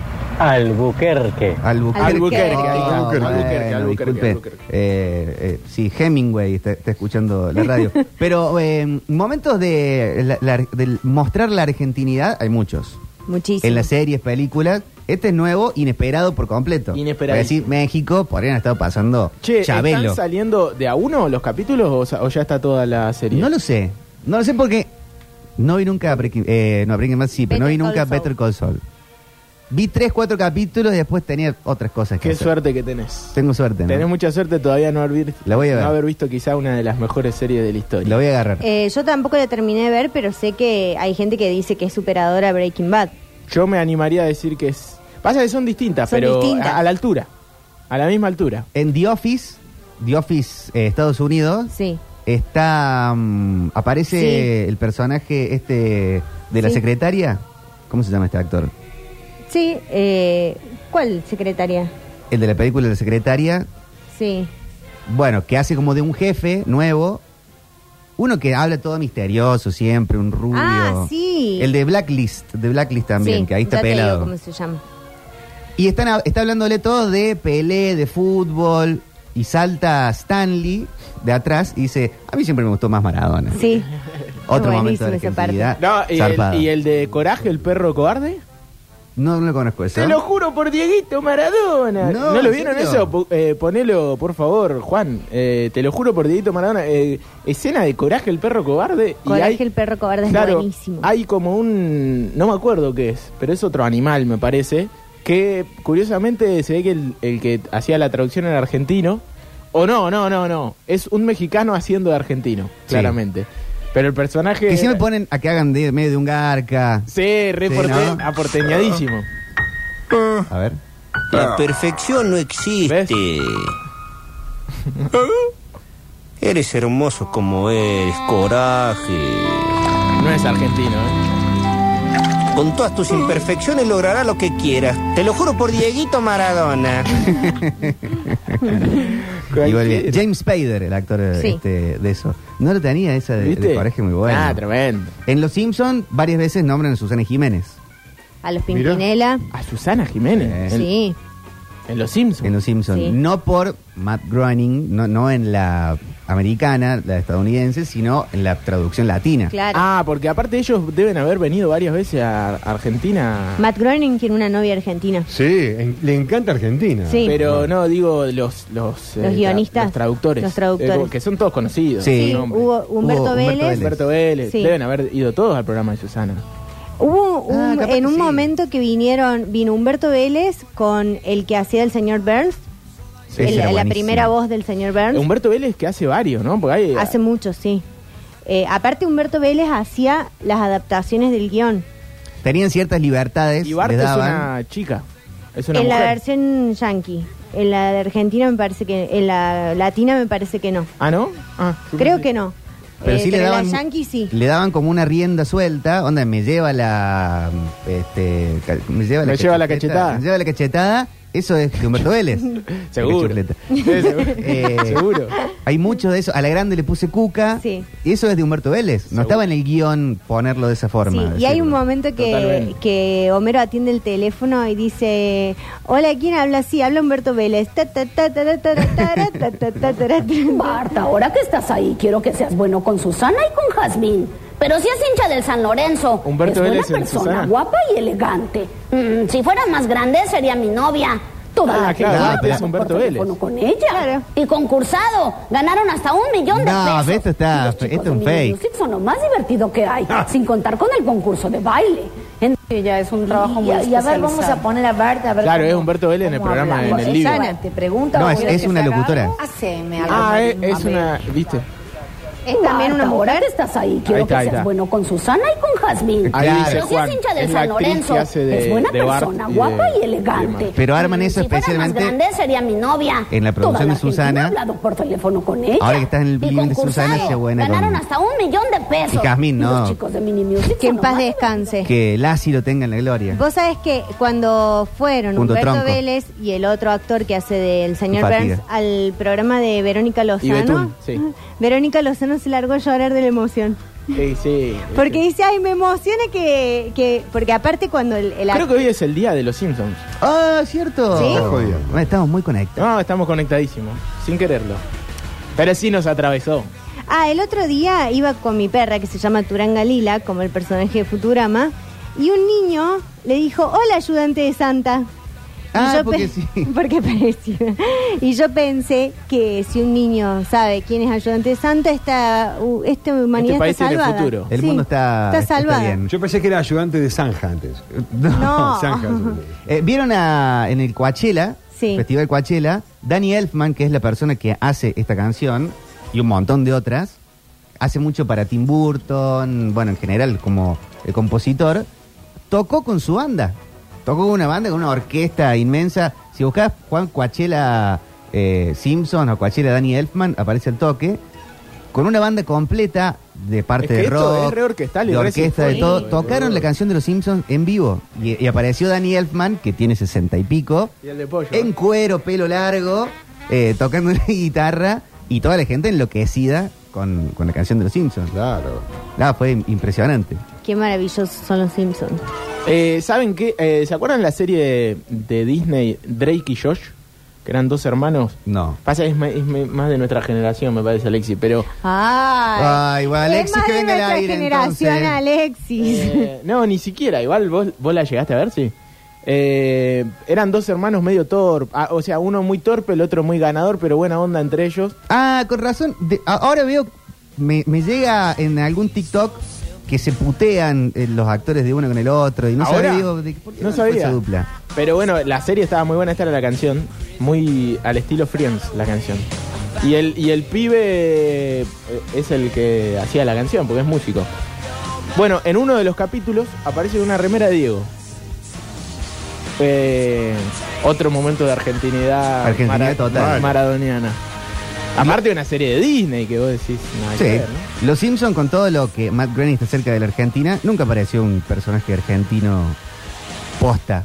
Speaker 8: Albuquerque.
Speaker 2: Albuquerque.
Speaker 5: Albuquerque,
Speaker 2: Ah,
Speaker 5: ahí está.
Speaker 2: bueno,
Speaker 5: Albuquerque, Albuquerque,
Speaker 2: disculpe.
Speaker 5: Albuquerque.
Speaker 2: Eh, eh, sí, Hemingway está, está escuchando la
Speaker 5: [laughs]
Speaker 2: radio. Pero eh, momentos de, la- la- de mostrar la argentinidad hay muchos.
Speaker 4: Muchísimo.
Speaker 2: En las series, películas. Este es nuevo, inesperado por completo.
Speaker 5: Inesperado.
Speaker 2: Es decir, México podrían estar pasando
Speaker 5: Che,
Speaker 2: Chabelo.
Speaker 5: ¿están saliendo de a uno los capítulos o, sa- o ya está toda la serie?
Speaker 2: No lo sé. No lo sé porque no vi nunca Breaking, eh, no, Breaking Bad sí, pero no vi
Speaker 4: Better Call
Speaker 2: nunca
Speaker 4: Saul.
Speaker 2: Better Call Saul. Vi tres, cuatro capítulos y después tenía otras cosas que
Speaker 5: Qué
Speaker 2: hacer.
Speaker 5: suerte que tenés.
Speaker 2: Tengo suerte. ¿no?
Speaker 5: Tenés mucha suerte todavía no haber,
Speaker 2: La voy a ver.
Speaker 5: no haber visto quizá una de las mejores series de la historia.
Speaker 2: Lo voy a agarrar.
Speaker 4: Eh, yo tampoco la terminé de ver, pero sé que hay gente que dice que es superadora a Breaking Bad.
Speaker 5: Yo me animaría a decir que es... Pasa que son distintas,
Speaker 4: Son
Speaker 5: pero
Speaker 4: distintas.
Speaker 5: A, a la altura. A la misma altura.
Speaker 2: Eh, En The Office, The Office eh, Estados Unidos,
Speaker 4: Sí.
Speaker 2: está mm, aparece
Speaker 4: Sí.
Speaker 2: el personaje este de la
Speaker 4: Sí.
Speaker 2: secretaria. ¿Cómo se llama este actor?
Speaker 4: Sí, eh, ¿cuál secretaria?
Speaker 2: El de la película de la secretaria,
Speaker 4: Sí.
Speaker 2: bueno, que hace como de un jefe nuevo. Uno que habla todo misterioso siempre, un rubio.
Speaker 4: Ah, sí.
Speaker 2: El de Blacklist, de Blacklist también,
Speaker 4: Sí,
Speaker 2: que ahí está
Speaker 4: ya te digo
Speaker 2: pelado.
Speaker 4: ¿Cómo se llama?
Speaker 2: Y están, hab- está hablándole todo de Pelé, de fútbol. Y salta Stanley de atrás y dice: A mí siempre me gustó más Maradona.
Speaker 4: Sí.
Speaker 2: Otro momento
Speaker 4: Buenísimo
Speaker 2: de la
Speaker 4: esa parte.
Speaker 2: argentinidad.
Speaker 5: No, y,
Speaker 2: zarpado.
Speaker 5: el, y el de Coraje, el perro cobarde.
Speaker 2: No, no lo conozco eso.
Speaker 5: Te lo juro por Dieguito Maradona.
Speaker 2: No,
Speaker 5: ¿No,
Speaker 2: ¿en
Speaker 5: lo vieron
Speaker 2: serio?
Speaker 5: eso? Po- eh, ponelo, por favor, Juan. Eh, te lo juro por Dieguito Maradona. Eh, escena de Coraje, el perro cobarde. y
Speaker 4: Coraje,
Speaker 5: hay-
Speaker 4: el perro cobarde es
Speaker 5: Claro,
Speaker 4: buenísimo.
Speaker 5: hay como un... No me acuerdo qué es, pero es otro animal, me parece. Que curiosamente se ve que el, el que hacía la traducción era argentino. O no, no, no, no. Es un mexicano haciendo de argentino,
Speaker 2: Sí.
Speaker 5: claramente. Pero el personaje...
Speaker 2: que siempre ponen a que hagan de medio de un garca.
Speaker 5: Sí, re
Speaker 2: Sí,
Speaker 5: porte-
Speaker 2: ¿no?
Speaker 5: aporteñadísimo.
Speaker 2: A ver.
Speaker 9: La perfección no existe. Eres hermoso como eres, coraje.
Speaker 5: No es argentino, ¿eh?
Speaker 9: Con todas tus imperfecciones lograrás lo que quieras. Te lo juro por Dieguito Maradona.
Speaker 2: Igual bien. James Spader, el actor eh,
Speaker 4: Sí.
Speaker 2: este, de eso. No lo tenía esa de, de Coraje muy buena.
Speaker 5: Ah, tremendo.
Speaker 2: en Los Simpsons, varias veces nombran a Susana Jiménez.
Speaker 4: A los
Speaker 3: Mirá.
Speaker 4: Pimpinela.
Speaker 5: A Susana Jiménez.
Speaker 2: Sí.
Speaker 5: En,
Speaker 4: Sí.
Speaker 5: en Los Simpsons.
Speaker 2: En Los Simpsons.
Speaker 4: Sí.
Speaker 2: No por Matt Groening, no, no en la americana, la estadounidense, sino en la traducción latina.
Speaker 4: Claro.
Speaker 5: Ah, porque aparte ellos deben haber venido varias veces a Argentina.
Speaker 4: Matt Groening tiene una novia argentina.
Speaker 3: Sí, en- le encanta Argentina.
Speaker 4: Sí.
Speaker 5: Pero no, digo los... Los, eh,
Speaker 4: Los guionistas.
Speaker 5: los traductores.
Speaker 4: Los traductores.
Speaker 5: Eh, que son todos conocidos.
Speaker 2: Sí.
Speaker 4: Sí,
Speaker 5: Nombre.
Speaker 4: hubo Humberto,
Speaker 2: Hubo Humberto
Speaker 4: Vélez.
Speaker 2: Vélez.
Speaker 5: Humberto Vélez.
Speaker 4: Sí.
Speaker 5: Deben haber ido todos al programa de Susana.
Speaker 4: Hubo
Speaker 2: Ah,
Speaker 4: un-
Speaker 2: capaz
Speaker 4: en
Speaker 2: que
Speaker 4: un
Speaker 2: sí.
Speaker 4: momento que vinieron, vino Humberto Vélez con el que hacía el señor Burns,
Speaker 2: Sí,
Speaker 4: el-
Speaker 2: ese era
Speaker 4: la
Speaker 2: buenísimo.
Speaker 4: primera voz del señor Burns.
Speaker 5: Humberto Vélez que hace varios, ¿no? Porque hay...
Speaker 4: Hace mucho, sí. Eh, aparte, Humberto Vélez hacía las adaptaciones del guión.
Speaker 2: Tenían ciertas libertades.
Speaker 5: y Bart
Speaker 2: les
Speaker 5: es
Speaker 2: daban.
Speaker 5: una chica. Es una
Speaker 4: en la
Speaker 5: mujer.
Speaker 4: versión yankee. En la de Argentina me parece que. En la latina me parece que no.
Speaker 5: Ah, ¿no? Ah, yo
Speaker 4: Creo
Speaker 5: pensé-
Speaker 4: que no.
Speaker 2: Pero
Speaker 4: Eh,
Speaker 2: sí le
Speaker 4: pero
Speaker 2: daban.
Speaker 4: en la yankee sí.
Speaker 2: Le daban como una rienda suelta. Onda, me lleva la. Este, ca- me lleva la,
Speaker 5: Me lleva la cachetada.
Speaker 2: Me lleva la cachetada. Eso es de Humberto
Speaker 5: [laughs]
Speaker 2: Vélez.
Speaker 5: Seguro.
Speaker 2: La chupeta.
Speaker 5: [laughs] Sí, seguro.
Speaker 2: Eh,
Speaker 5: Seguro.
Speaker 4: [laughs]
Speaker 2: Hay mucho de eso. A la grande le puse cuca.
Speaker 4: Sí.
Speaker 2: Eso es de Humberto Vélez. No
Speaker 5: Seguro.
Speaker 2: estaba en el guión ponerlo de esa forma.
Speaker 4: Sí, y hay
Speaker 2: decirlo.
Speaker 4: un momento que,
Speaker 5: Totalmente.
Speaker 4: que Homero atiende el teléfono y dice, hola, ¿quién habla? Sí, habla Humberto Vélez. Ta, ta, ta, ta, ta, ta, ta, ta, ta, ta, ta, ta, ta.
Speaker 10: Marta, ahora que estás ahí, quiero que seas bueno con Susana y con Jazmín. Pero si es hincha del San Lorenzo,
Speaker 5: Humberto
Speaker 10: es una
Speaker 5: Vélez en
Speaker 10: persona
Speaker 5: Susana.
Speaker 10: guapa y elegante. Mm, si fuera más grande, sería mi novia. Toda
Speaker 5: Ah,
Speaker 10: la que
Speaker 5: claro,
Speaker 10: yo
Speaker 5: pero es
Speaker 10: hablo
Speaker 5: Humberto
Speaker 10: por teléfono
Speaker 5: Vélez.
Speaker 10: con ella. Y concursado, ganaron hasta un millón de
Speaker 2: No,
Speaker 10: pesos.
Speaker 2: pero esto está-
Speaker 10: Y los chicos
Speaker 2: esto es un
Speaker 10: de Mini
Speaker 2: fake.
Speaker 10: Music son lo más divertido que hay,
Speaker 5: Ah.
Speaker 10: sin contar con el concurso de baile. En-
Speaker 11: Sí, ya es un trabajo muy
Speaker 10: Y- y
Speaker 11: especial.
Speaker 10: a ver, vamos a
Speaker 11: poner a Berta.
Speaker 5: Claro, es Humberto Vélez en el programa en el libro.
Speaker 11: Susana, te pregunto.
Speaker 2: No,
Speaker 11: ¿vos
Speaker 2: es-
Speaker 11: querés
Speaker 2: es
Speaker 11: que
Speaker 2: una
Speaker 11: se haga
Speaker 2: locutora.
Speaker 11: algo? Haceme algo.
Speaker 5: Ah, es,
Speaker 11: Martín,
Speaker 5: es
Speaker 11: a ver.
Speaker 5: una. ¿Viste?
Speaker 11: Es también una
Speaker 10: Marta,
Speaker 11: mujer.
Speaker 10: ahora estás ahí. Quiero
Speaker 5: Ahí está,
Speaker 10: que
Speaker 5: ahí
Speaker 10: seas
Speaker 5: está.
Speaker 10: bueno con Susana y con Jazmín.
Speaker 5: Ahí
Speaker 2: Claro.
Speaker 5: dice
Speaker 10: Pero si
Speaker 5: Juan,
Speaker 10: es hincha del
Speaker 5: es la
Speaker 10: San
Speaker 5: actriz
Speaker 10: Lorenzo,
Speaker 5: que hace de-
Speaker 10: es buena
Speaker 5: de Bart
Speaker 10: persona,
Speaker 5: y de-
Speaker 10: guapa y
Speaker 5: y
Speaker 10: elegante.
Speaker 5: demás.
Speaker 2: Pero arman eso
Speaker 10: si fuera
Speaker 2: especialmente-
Speaker 10: más grande sería mi novia.
Speaker 2: en la producción
Speaker 10: Toda
Speaker 2: de
Speaker 10: Argentina
Speaker 2: Susana.
Speaker 10: he hablado por teléfono con ella.
Speaker 2: Ahora que estás en el
Speaker 10: Y
Speaker 2: living de Susana,
Speaker 10: concursado,
Speaker 2: sea buena con-
Speaker 10: Ganaron hasta un millón de pesos.
Speaker 2: Y Jazmín, no.
Speaker 10: Los chicos de Mini Music
Speaker 4: Que en
Speaker 10: son
Speaker 4: paz
Speaker 10: nomás-
Speaker 4: descanse.
Speaker 2: Que Lassi lo tenga en la gloria.
Speaker 4: Vos sabés que cuando fueron
Speaker 2: Punto
Speaker 4: Humberto
Speaker 2: tronco.
Speaker 4: Vélez y el otro actor que hace del señor
Speaker 2: Fatiga.
Speaker 4: Burns al programa de Verónica Lozano,
Speaker 5: Betún, sí.
Speaker 4: Verónica Lozano se largó a llorar de la emoción.
Speaker 5: Sí, sí.
Speaker 4: Porque dice, ay, me emociona que... que porque aparte cuando el... el
Speaker 5: Creo que hoy es el día de los Simpsons.
Speaker 2: ¡Ah, cierto!
Speaker 4: Sí.
Speaker 3: Está jodido.
Speaker 2: Bueno, Estamos muy conectados.
Speaker 5: No, estamos conectadísimos, sin quererlo. Pero sí nos atravesó.
Speaker 4: Ah, el otro día iba con mi perra que se llama Turanga Lila, como el personaje de Futurama, y un niño le dijo, hola ayudante de Santa. Y
Speaker 2: Ah,
Speaker 4: yo
Speaker 2: porque
Speaker 4: pe-
Speaker 2: sí.
Speaker 4: [laughs] Porque parecía. Y yo pensé que si un niño sabe quién es ayudante de Santa, esta, u- esta humanidad
Speaker 5: Este país
Speaker 4: está
Speaker 5: tiene
Speaker 4: salvada.
Speaker 5: futuro.
Speaker 2: El mundo está-
Speaker 4: Está
Speaker 2: está
Speaker 4: salvada.
Speaker 2: bien.
Speaker 3: Yo pensé que era ayudante de zanja antes.
Speaker 4: No.
Speaker 3: [laughs] Zanja.
Speaker 2: Eh, ¿Vieron a- en el Coachella,
Speaker 4: Sí.
Speaker 2: Festival Coachella, Danny Elfman, que es la persona que hace esta canción y un montón de otras, hace mucho para Tim Burton, bueno, en general como eh, compositor, tocó con su banda. Tocó con una banda, con una orquesta inmensa. Si buscas Juan Coachella eh, Simpson o Coachella Danny Elfman, aparece el toque. Con una banda completa de parte
Speaker 5: Es que
Speaker 2: de
Speaker 5: esto
Speaker 2: rock,
Speaker 5: es re orquestal y
Speaker 2: de
Speaker 5: re
Speaker 2: orquesta, de
Speaker 5: sinfónico,
Speaker 2: todo.
Speaker 5: eh,
Speaker 2: Tocaron la canción
Speaker 5: boludo.
Speaker 2: canción de los Simpsons en vivo. Y, y apareció Danny Elfman, que tiene sesenta y pico,
Speaker 5: Y el de pollo.
Speaker 2: en cuero, pelo largo, eh, tocando una [laughs] guitarra y toda la gente enloquecida con, con la canción de los Simpsons.
Speaker 3: Claro.
Speaker 2: Nada, fue impresionante.
Speaker 4: Qué maravillosos son los Simpsons.
Speaker 5: Eh, ¿Saben qué? Eh, ¿Se acuerdan la serie de Disney, Drake y Josh? Que eran dos hermanos.
Speaker 2: No.
Speaker 5: Pasa, es, ma- es ma- más de nuestra generación, me parece, Alexi, pero...
Speaker 4: Ay,
Speaker 2: Ay, bueno,
Speaker 4: Es
Speaker 2: Alexis,
Speaker 4: más
Speaker 2: que
Speaker 4: de
Speaker 2: venga al
Speaker 4: nuestra
Speaker 2: aire,
Speaker 4: generación,
Speaker 2: entonces.
Speaker 4: Alexis.
Speaker 5: Eh, no, ni siquiera. Igual vos, vos la llegaste a ver, sí. Eh, eran dos hermanos medio torpe. ah, o sea, uno muy torpe, el otro muy ganador, pero buena onda entre ellos.
Speaker 2: Ah, con razón. De- a- ahora veo, me, me llega en algún TikTok que se putean eh, los actores de uno con el otro y no
Speaker 5: Ahora,
Speaker 2: sabía, digo, de- ¿por qué
Speaker 5: no
Speaker 2: fue
Speaker 5: sabía.
Speaker 2: esa dupla?
Speaker 5: Pero bueno, la serie estaba muy buena, esta era la canción, muy al estilo Friends la canción. Y el, y el pibe eh, es el que hacía la canción, porque es músico. Bueno, en uno de los capítulos aparece una remera de Diego. Eh, otro momento de argentinidad,
Speaker 2: Argentinidad total.
Speaker 5: maradoniana. Aparte de una serie de Disney que vos decís, nada que
Speaker 2: Sí.
Speaker 5: ver, ¿no?
Speaker 2: Los Simpson con todo lo que Matt Groening está cerca de la Argentina, nunca apareció un personaje argentino posta.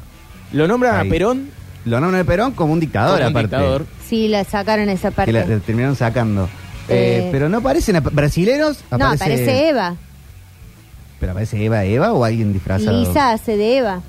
Speaker 5: Lo nombran
Speaker 2: Ahí.
Speaker 5: a Perón
Speaker 2: Lo nombran de Perón como un dictador,
Speaker 5: como un
Speaker 2: aparte.
Speaker 5: dictador.
Speaker 4: [laughs] Sí, la sacaron esa
Speaker 2: Que
Speaker 4: parte.
Speaker 2: la, la terminaron sacando.
Speaker 4: Eh.
Speaker 2: Eh, pero no aparecen ap- brasileros.
Speaker 4: no, aparece Eva.
Speaker 2: Pero aparece Eva, Eva o alguien disfrazado.
Speaker 4: Lisa hace de Eva.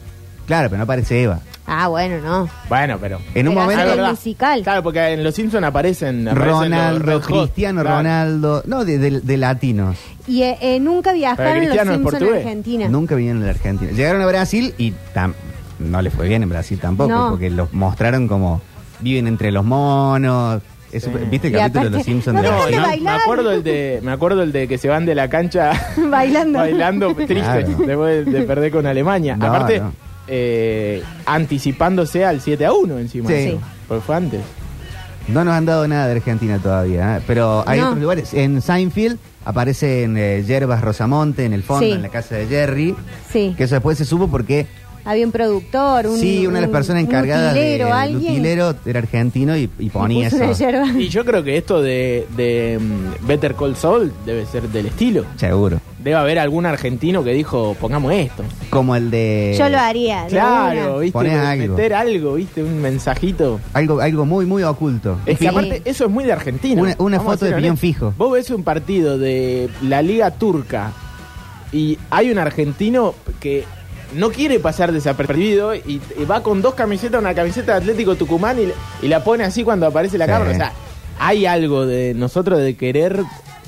Speaker 2: Claro, pero no aparece Eva.
Speaker 4: Ah, bueno, no.
Speaker 5: Bueno, pero
Speaker 2: En un
Speaker 4: Pero
Speaker 2: momento.
Speaker 4: hace
Speaker 5: Ah,
Speaker 4: el
Speaker 5: verdad.
Speaker 4: musical.
Speaker 5: Claro, porque en Los Simpsons aparecen, aparecen los
Speaker 2: Ronaldo,
Speaker 5: Red Hot,
Speaker 2: Cristiano
Speaker 5: claro.
Speaker 2: Ronaldo, no, de, de- de latinos.
Speaker 4: Y eh, eh, nunca viajaron los
Speaker 5: Cristiano es
Speaker 4: Simpsons a
Speaker 5: portugués.
Speaker 4: Argentina.
Speaker 2: Nunca vinieron a la Argentina. Llegaron a Brasil y tam- no les fue bien en Brasil tampoco,
Speaker 4: No.
Speaker 2: porque los mostraron como viven entre los monos. Es súper- ¿Viste el
Speaker 4: Y
Speaker 2: capítulo de
Speaker 4: aparte-
Speaker 2: los Simpsons?
Speaker 4: no
Speaker 2: de
Speaker 4: dejan
Speaker 5: No,
Speaker 4: de
Speaker 5: y
Speaker 2: Brasil?
Speaker 5: me
Speaker 4: bailar.
Speaker 5: acuerdo el de, me acuerdo el de que se van de la cancha
Speaker 4: [laughs] Bailando.
Speaker 5: bailando triste
Speaker 2: Claro.
Speaker 5: después de, de perder con Alemania.
Speaker 2: No,
Speaker 5: Aparte,
Speaker 2: no.
Speaker 5: eh, anticipándose al 7 a 1 encima.
Speaker 2: Sí. Sí.
Speaker 5: Porque fue antes.
Speaker 2: No nos han dado nada de Argentina todavía, ¿eh? pero hay
Speaker 4: No.
Speaker 2: otros lugares. En Seinfeld aparecen eh, Yerbas Rosamonte en el fondo,
Speaker 4: Sí.
Speaker 2: en la casa de Jerry.
Speaker 4: Sí.
Speaker 2: Que eso después se supo porque
Speaker 4: Había un productor, un.
Speaker 2: sí, una de las
Speaker 4: un-
Speaker 2: personas
Speaker 4: un
Speaker 2: encargadas
Speaker 4: utilero,
Speaker 2: de- del
Speaker 4: alguien.
Speaker 2: utilero era argentino y, y ponía
Speaker 4: puso una
Speaker 2: eso.
Speaker 4: yerba.
Speaker 5: Y yo creo que esto de, de mm, Better Call Saul debe ser del estilo.
Speaker 2: Seguro.
Speaker 5: Debe haber algún argentino que dijo, pongamos esto.
Speaker 2: Como el de...
Speaker 4: Yo lo haría. de
Speaker 5: Claro,
Speaker 4: una.
Speaker 5: viste,
Speaker 2: Ponés algo.
Speaker 5: meter algo, viste, un mensajito.
Speaker 2: Algo, algo muy, muy oculto.
Speaker 5: Es que
Speaker 4: Sí.
Speaker 5: aparte, eso es muy de Argentina.
Speaker 2: Una- una
Speaker 5: Vamos a
Speaker 2: foto de
Speaker 5: ser
Speaker 2: piñón
Speaker 5: honestos.
Speaker 2: fijo.
Speaker 5: Vos ves un partido de la Liga Turca y hay un argentino que no quiere pasar desapercibido y, y va con dos camisetas, una camiseta de Atlético Tucumán y, y la pone así cuando aparece la
Speaker 2: Sí.
Speaker 5: cámara. O sea, hay algo de nosotros de querer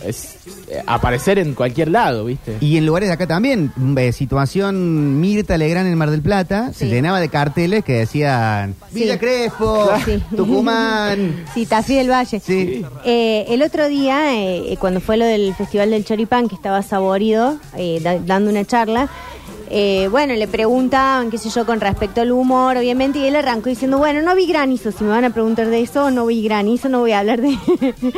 Speaker 5: es- eh, aparecer en cualquier lado, ¿viste?
Speaker 2: Y en lugares de acá también, eh, situación Mirta Legrand en Mar del Plata, se llenaba de carteles que decían Villa
Speaker 4: Sí. [laughs]
Speaker 2: Crespo,
Speaker 4: Sí.
Speaker 2: [laughs] Tucumán.
Speaker 4: Sí, Tafí del Valle. Eh, el otro día, eh, eh, cuando fue lo del Festival del Choripán, que estaba saborido, eh, da- dando una charla, eh, bueno, le preguntaban, qué sé yo, con respecto al humor, obviamente, y él arrancó diciendo, bueno, no vi granizo, si me van a preguntar de eso, no vi granizo, no voy a hablar de... [laughs]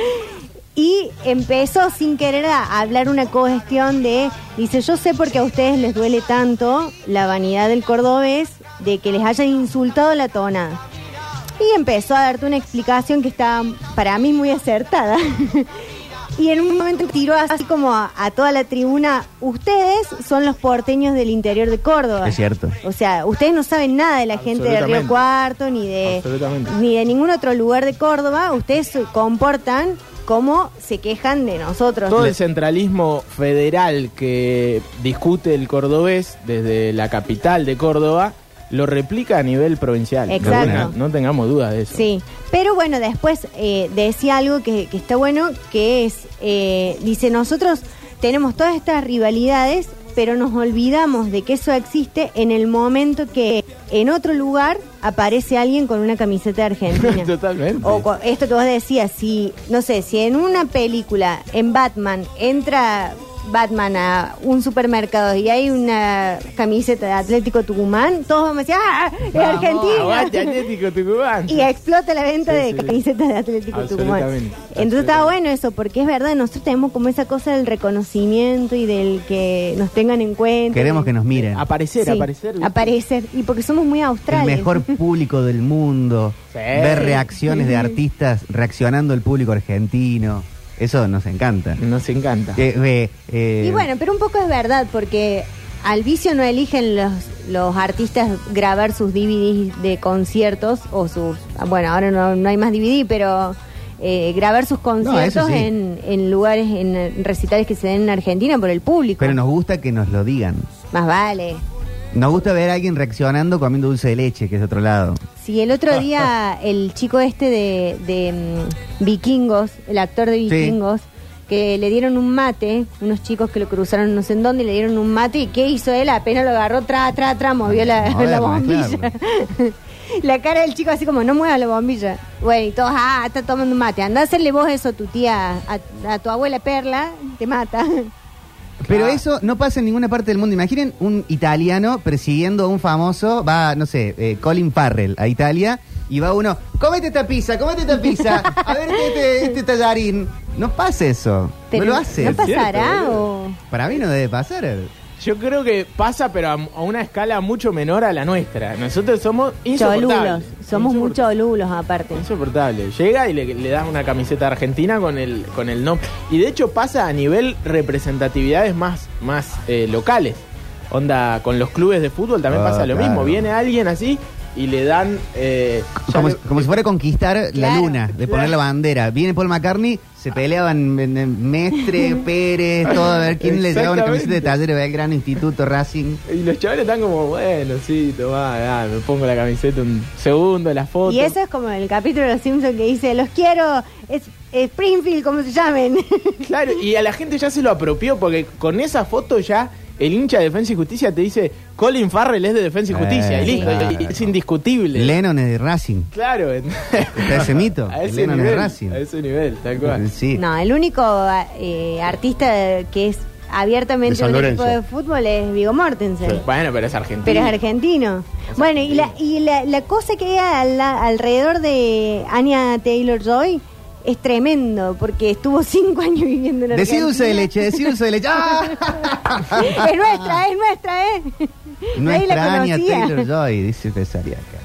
Speaker 4: y empezó sin querer a hablar una cuestión de, dice, yo sé por qué a ustedes les duele tanto la vanidad del cordobés de que les hayan insultado la tonada. Y empezó a darte una explicación que estaba para mí muy acertada. [laughs] y en un momento tiró así como a, a toda la tribuna, ustedes son los porteños del interior de Córdoba.
Speaker 2: Es cierto.
Speaker 4: O sea, ustedes no saben nada de la gente de Río
Speaker 5: Absolutamente.
Speaker 4: Cuarto ni de
Speaker 5: Absolutamente.
Speaker 4: ni de ningún otro lugar de Córdoba. Ustedes se comportan como se quejan de nosotros.
Speaker 5: Todo el centralismo federal que discute el cordobés desde la capital de Córdoba lo replica a nivel provincial.
Speaker 4: Exacto.
Speaker 5: No, tenga- no tengamos dudas de eso.
Speaker 4: Sí, pero bueno, después eh, decía algo que, que está bueno, que es, eh, dice, nosotros tenemos todas estas rivalidades, pero nos olvidamos de que eso existe en el momento que en otro lugar aparece alguien con una camiseta argentina.
Speaker 5: [laughs] Totalmente.
Speaker 4: O cu- esto que vos decías, si, no sé, si en una película, en Batman, entra Batman a un supermercado y hay una camiseta de Atlético Tucumán, todos vamos a decir, ¡ah! ¡Es
Speaker 5: Vamos,
Speaker 4: Argentina!
Speaker 5: aguante, Atlético
Speaker 2: [laughs]
Speaker 5: Tucumán.
Speaker 4: Y explota la venta
Speaker 5: Sí,
Speaker 4: de
Speaker 5: sí.
Speaker 4: camisetas de Atlético Tucumán.
Speaker 5: Absolutamente,
Speaker 4: Entonces está bueno eso, porque es verdad, nosotros tenemos como esa cosa del reconocimiento y del que nos tengan en cuenta.
Speaker 2: Queremos que nos miren.
Speaker 5: Aparecer,
Speaker 4: Sí,
Speaker 5: aparecer. ¿viste?
Speaker 4: Aparecer. Y porque somos muy
Speaker 2: El
Speaker 4: australes. [laughs]
Speaker 2: mejor público del mundo.
Speaker 5: Sí.
Speaker 2: Ver reacciones de artistas reaccionando al público argentino. Eso nos encanta.
Speaker 5: Nos encanta.
Speaker 2: Eh, eh, eh,
Speaker 4: Mm. Y bueno, pero un poco es verdad, porque al vicio no eligen los, los artistas grabar sus DVDs de conciertos o sus. Bueno, ahora no, no hay más DVD, pero. eh, grabar sus conciertos
Speaker 2: sí.
Speaker 4: en, en lugares, en recitales que se den en Argentina por el público.
Speaker 2: Pero nos gusta que nos lo digan.
Speaker 4: Más vale.
Speaker 2: Nos gusta ver a alguien reaccionando comiendo dulce de leche, que es de otro lado.
Speaker 4: Sí, el
Speaker 2: Ah.
Speaker 4: otro día el chico este de, de, mm, Vikingos, el actor de Vikingos, que le dieron un mate, unos chicos que lo cruzaron no sé en dónde y le dieron un mate. ¿Y qué hizo él? Apenas lo agarró, tra, tra, tra, movió [laughs] la,
Speaker 2: Moderna,
Speaker 4: la bombilla.
Speaker 2: claro.
Speaker 4: [laughs] La cara del chico así como, no mueva la bombilla. Bueno, y todos, ah, está tomando mate. Anda a hacerle vos eso a tu tía, a, a tu abuela Perla, te mata.
Speaker 2: Pero eso no pasa en ninguna parte del mundo. Imaginen un italiano persiguiendo a un famoso, va, no sé, eh, Colin Farrell a Italia, y va uno, comete esta pizza, comete esta pizza, a ver este, este tallarín. No pasa eso.
Speaker 4: Pero
Speaker 2: no lo hace. eh?
Speaker 4: ¿No pasará o...?
Speaker 2: Para mí no debe pasar.
Speaker 5: Yo creo que pasa, pero a, a una escala mucho menor a la nuestra. Nosotros somos insoportables.
Speaker 4: Cholulos. Somos muy cholulos aparte.
Speaker 5: Insoportable. Llega y le, le das una camiseta argentina con el con el nombre. Y de hecho pasa a nivel representatividades más, más eh, locales. Onda, con los clubes de fútbol también
Speaker 2: Ah,
Speaker 5: pasa lo
Speaker 2: claro.
Speaker 5: mismo. Viene alguien así y le dan... eh, ya
Speaker 2: Como,
Speaker 5: le-
Speaker 2: como si fuera a conquistar la
Speaker 4: Claro.
Speaker 2: luna, de poner la bandera. Viene Paul McCartney, se peleaban en- en [laughs] Mestre, Pérez, todo, a ver quién le llevaba una camiseta de Talleres Belgrano, Instituto, Racing.
Speaker 5: y los chavales están como, bueno, sí, tomá, ah, me pongo la camiseta un segundo, la foto.
Speaker 4: Y eso es como el capítulo de Los Simpsons que dice, los quiero, es es Springfield, como se llamen.
Speaker 5: Claro, y a la gente ya se lo apropió porque con esa foto ya el hincha de Defensa y Justicia te dice Colin Farrell es de Defensa y
Speaker 2: Eh,
Speaker 5: Justicia, y listo,
Speaker 2: claro.
Speaker 5: y- y es indiscutible.
Speaker 2: Lennon es de Racing.
Speaker 5: claro, en-
Speaker 2: Está ese mito.
Speaker 5: [laughs] a ese
Speaker 2: Lennon es de
Speaker 5: nivel,
Speaker 2: Racing.
Speaker 5: a ese nivel, tal cual.
Speaker 2: Sí.
Speaker 4: [laughs] No, el único eh, artista que es
Speaker 3: De
Speaker 4: abiertamente
Speaker 3: San
Speaker 4: un
Speaker 3: Lorenzo.
Speaker 4: equipo de fútbol es Vigo Mortensen.
Speaker 5: Bueno, pero es argentino.
Speaker 4: Pero es argentino. Bueno, y la, y la, la cosa que hay al- alrededor de Anya Taylor-Joy es tremendo, porque estuvo [laughs] cinco años viviendo en Argentina.
Speaker 2: Decí dulce de leche, decí dulce de leche.
Speaker 4: [laughs]
Speaker 2: ¡Ah!
Speaker 4: es nuestra, es nuestra, ¿eh? Nadie la
Speaker 2: Nuestra Anya
Speaker 4: conocía.
Speaker 2: Taylor Joy, dice Cesaria acá.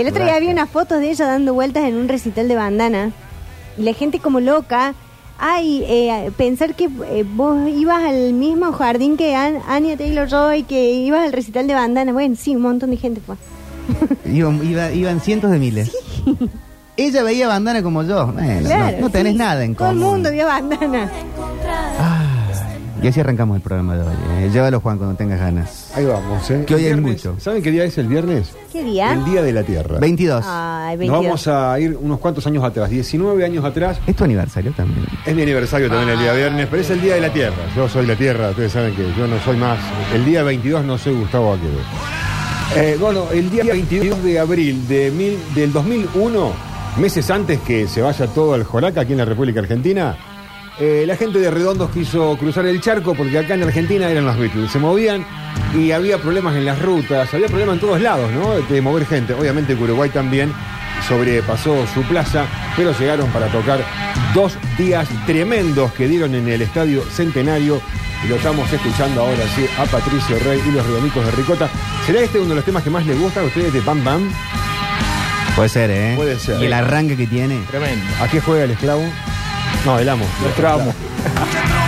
Speaker 4: El otro día
Speaker 2: Basta.
Speaker 4: había unas fotos de ella dando vueltas en un recital de bandana. Y la gente como loca. Ay, eh, pensar que eh, vos ibas al mismo jardín que An- Anya Taylor-Joy, que ibas al recital de bandana. Bueno, sí, un montón de gente fue.
Speaker 2: Iban, iba- iban cientos de miles. Ella veía bandana como yo. Bueno, no- no, tenés
Speaker 4: sí.
Speaker 2: nada en
Speaker 4: Todo
Speaker 2: común.
Speaker 4: el mundo vio bandana.
Speaker 2: Y así arrancamos el programa de hoy. eh. Llévalo, Juan, cuando tengas ganas.
Speaker 3: Ahí vamos, ¿eh?
Speaker 2: Que hoy hay
Speaker 3: Viernes.
Speaker 2: mucho.
Speaker 3: ¿Saben qué día es el viernes?
Speaker 4: ¿Qué día?
Speaker 3: El Día de la Tierra.
Speaker 4: Ah.
Speaker 2: 22.
Speaker 4: Ay,
Speaker 3: Nos
Speaker 4: 22.
Speaker 3: vamos a ir unos cuantos años atrás, 19 años atrás.
Speaker 2: Es tu aniversario también.
Speaker 3: Es mi aniversario también el día viernes, pero es el Día de la Tierra. Yo soy la Tierra, ustedes saben que yo no soy más. El día 22 no soy Gustavo Aquedo. Eh, bueno, el día 22 de abril de mil- del 2001, meses antes que se vaya todo al Jolaca aquí en la República Argentina, eh, la gente de Redondos quiso cruzar el charco porque acá en Argentina eran los Beatles. Se movían y había problemas en las rutas, había problemas en todos lados, ¿no? De mover gente. Obviamente que Uruguay también sobrepasó su plaza, pero llegaron para tocar dos días tremendos que dieron en el Estadio Centenario. Y lo estamos escuchando ahora sí a Patricio Rey y los Redondicos de Ricota. ¿Será este uno de los temas que más les gusta a ustedes de Bam Bam?
Speaker 2: Puede ser, ¿eh?
Speaker 3: Puede ser.
Speaker 2: Y el arranque que tiene.
Speaker 5: Tremendo.
Speaker 3: ¿A qué juega el esclavo? No, el amo.
Speaker 5: Nuestro amo.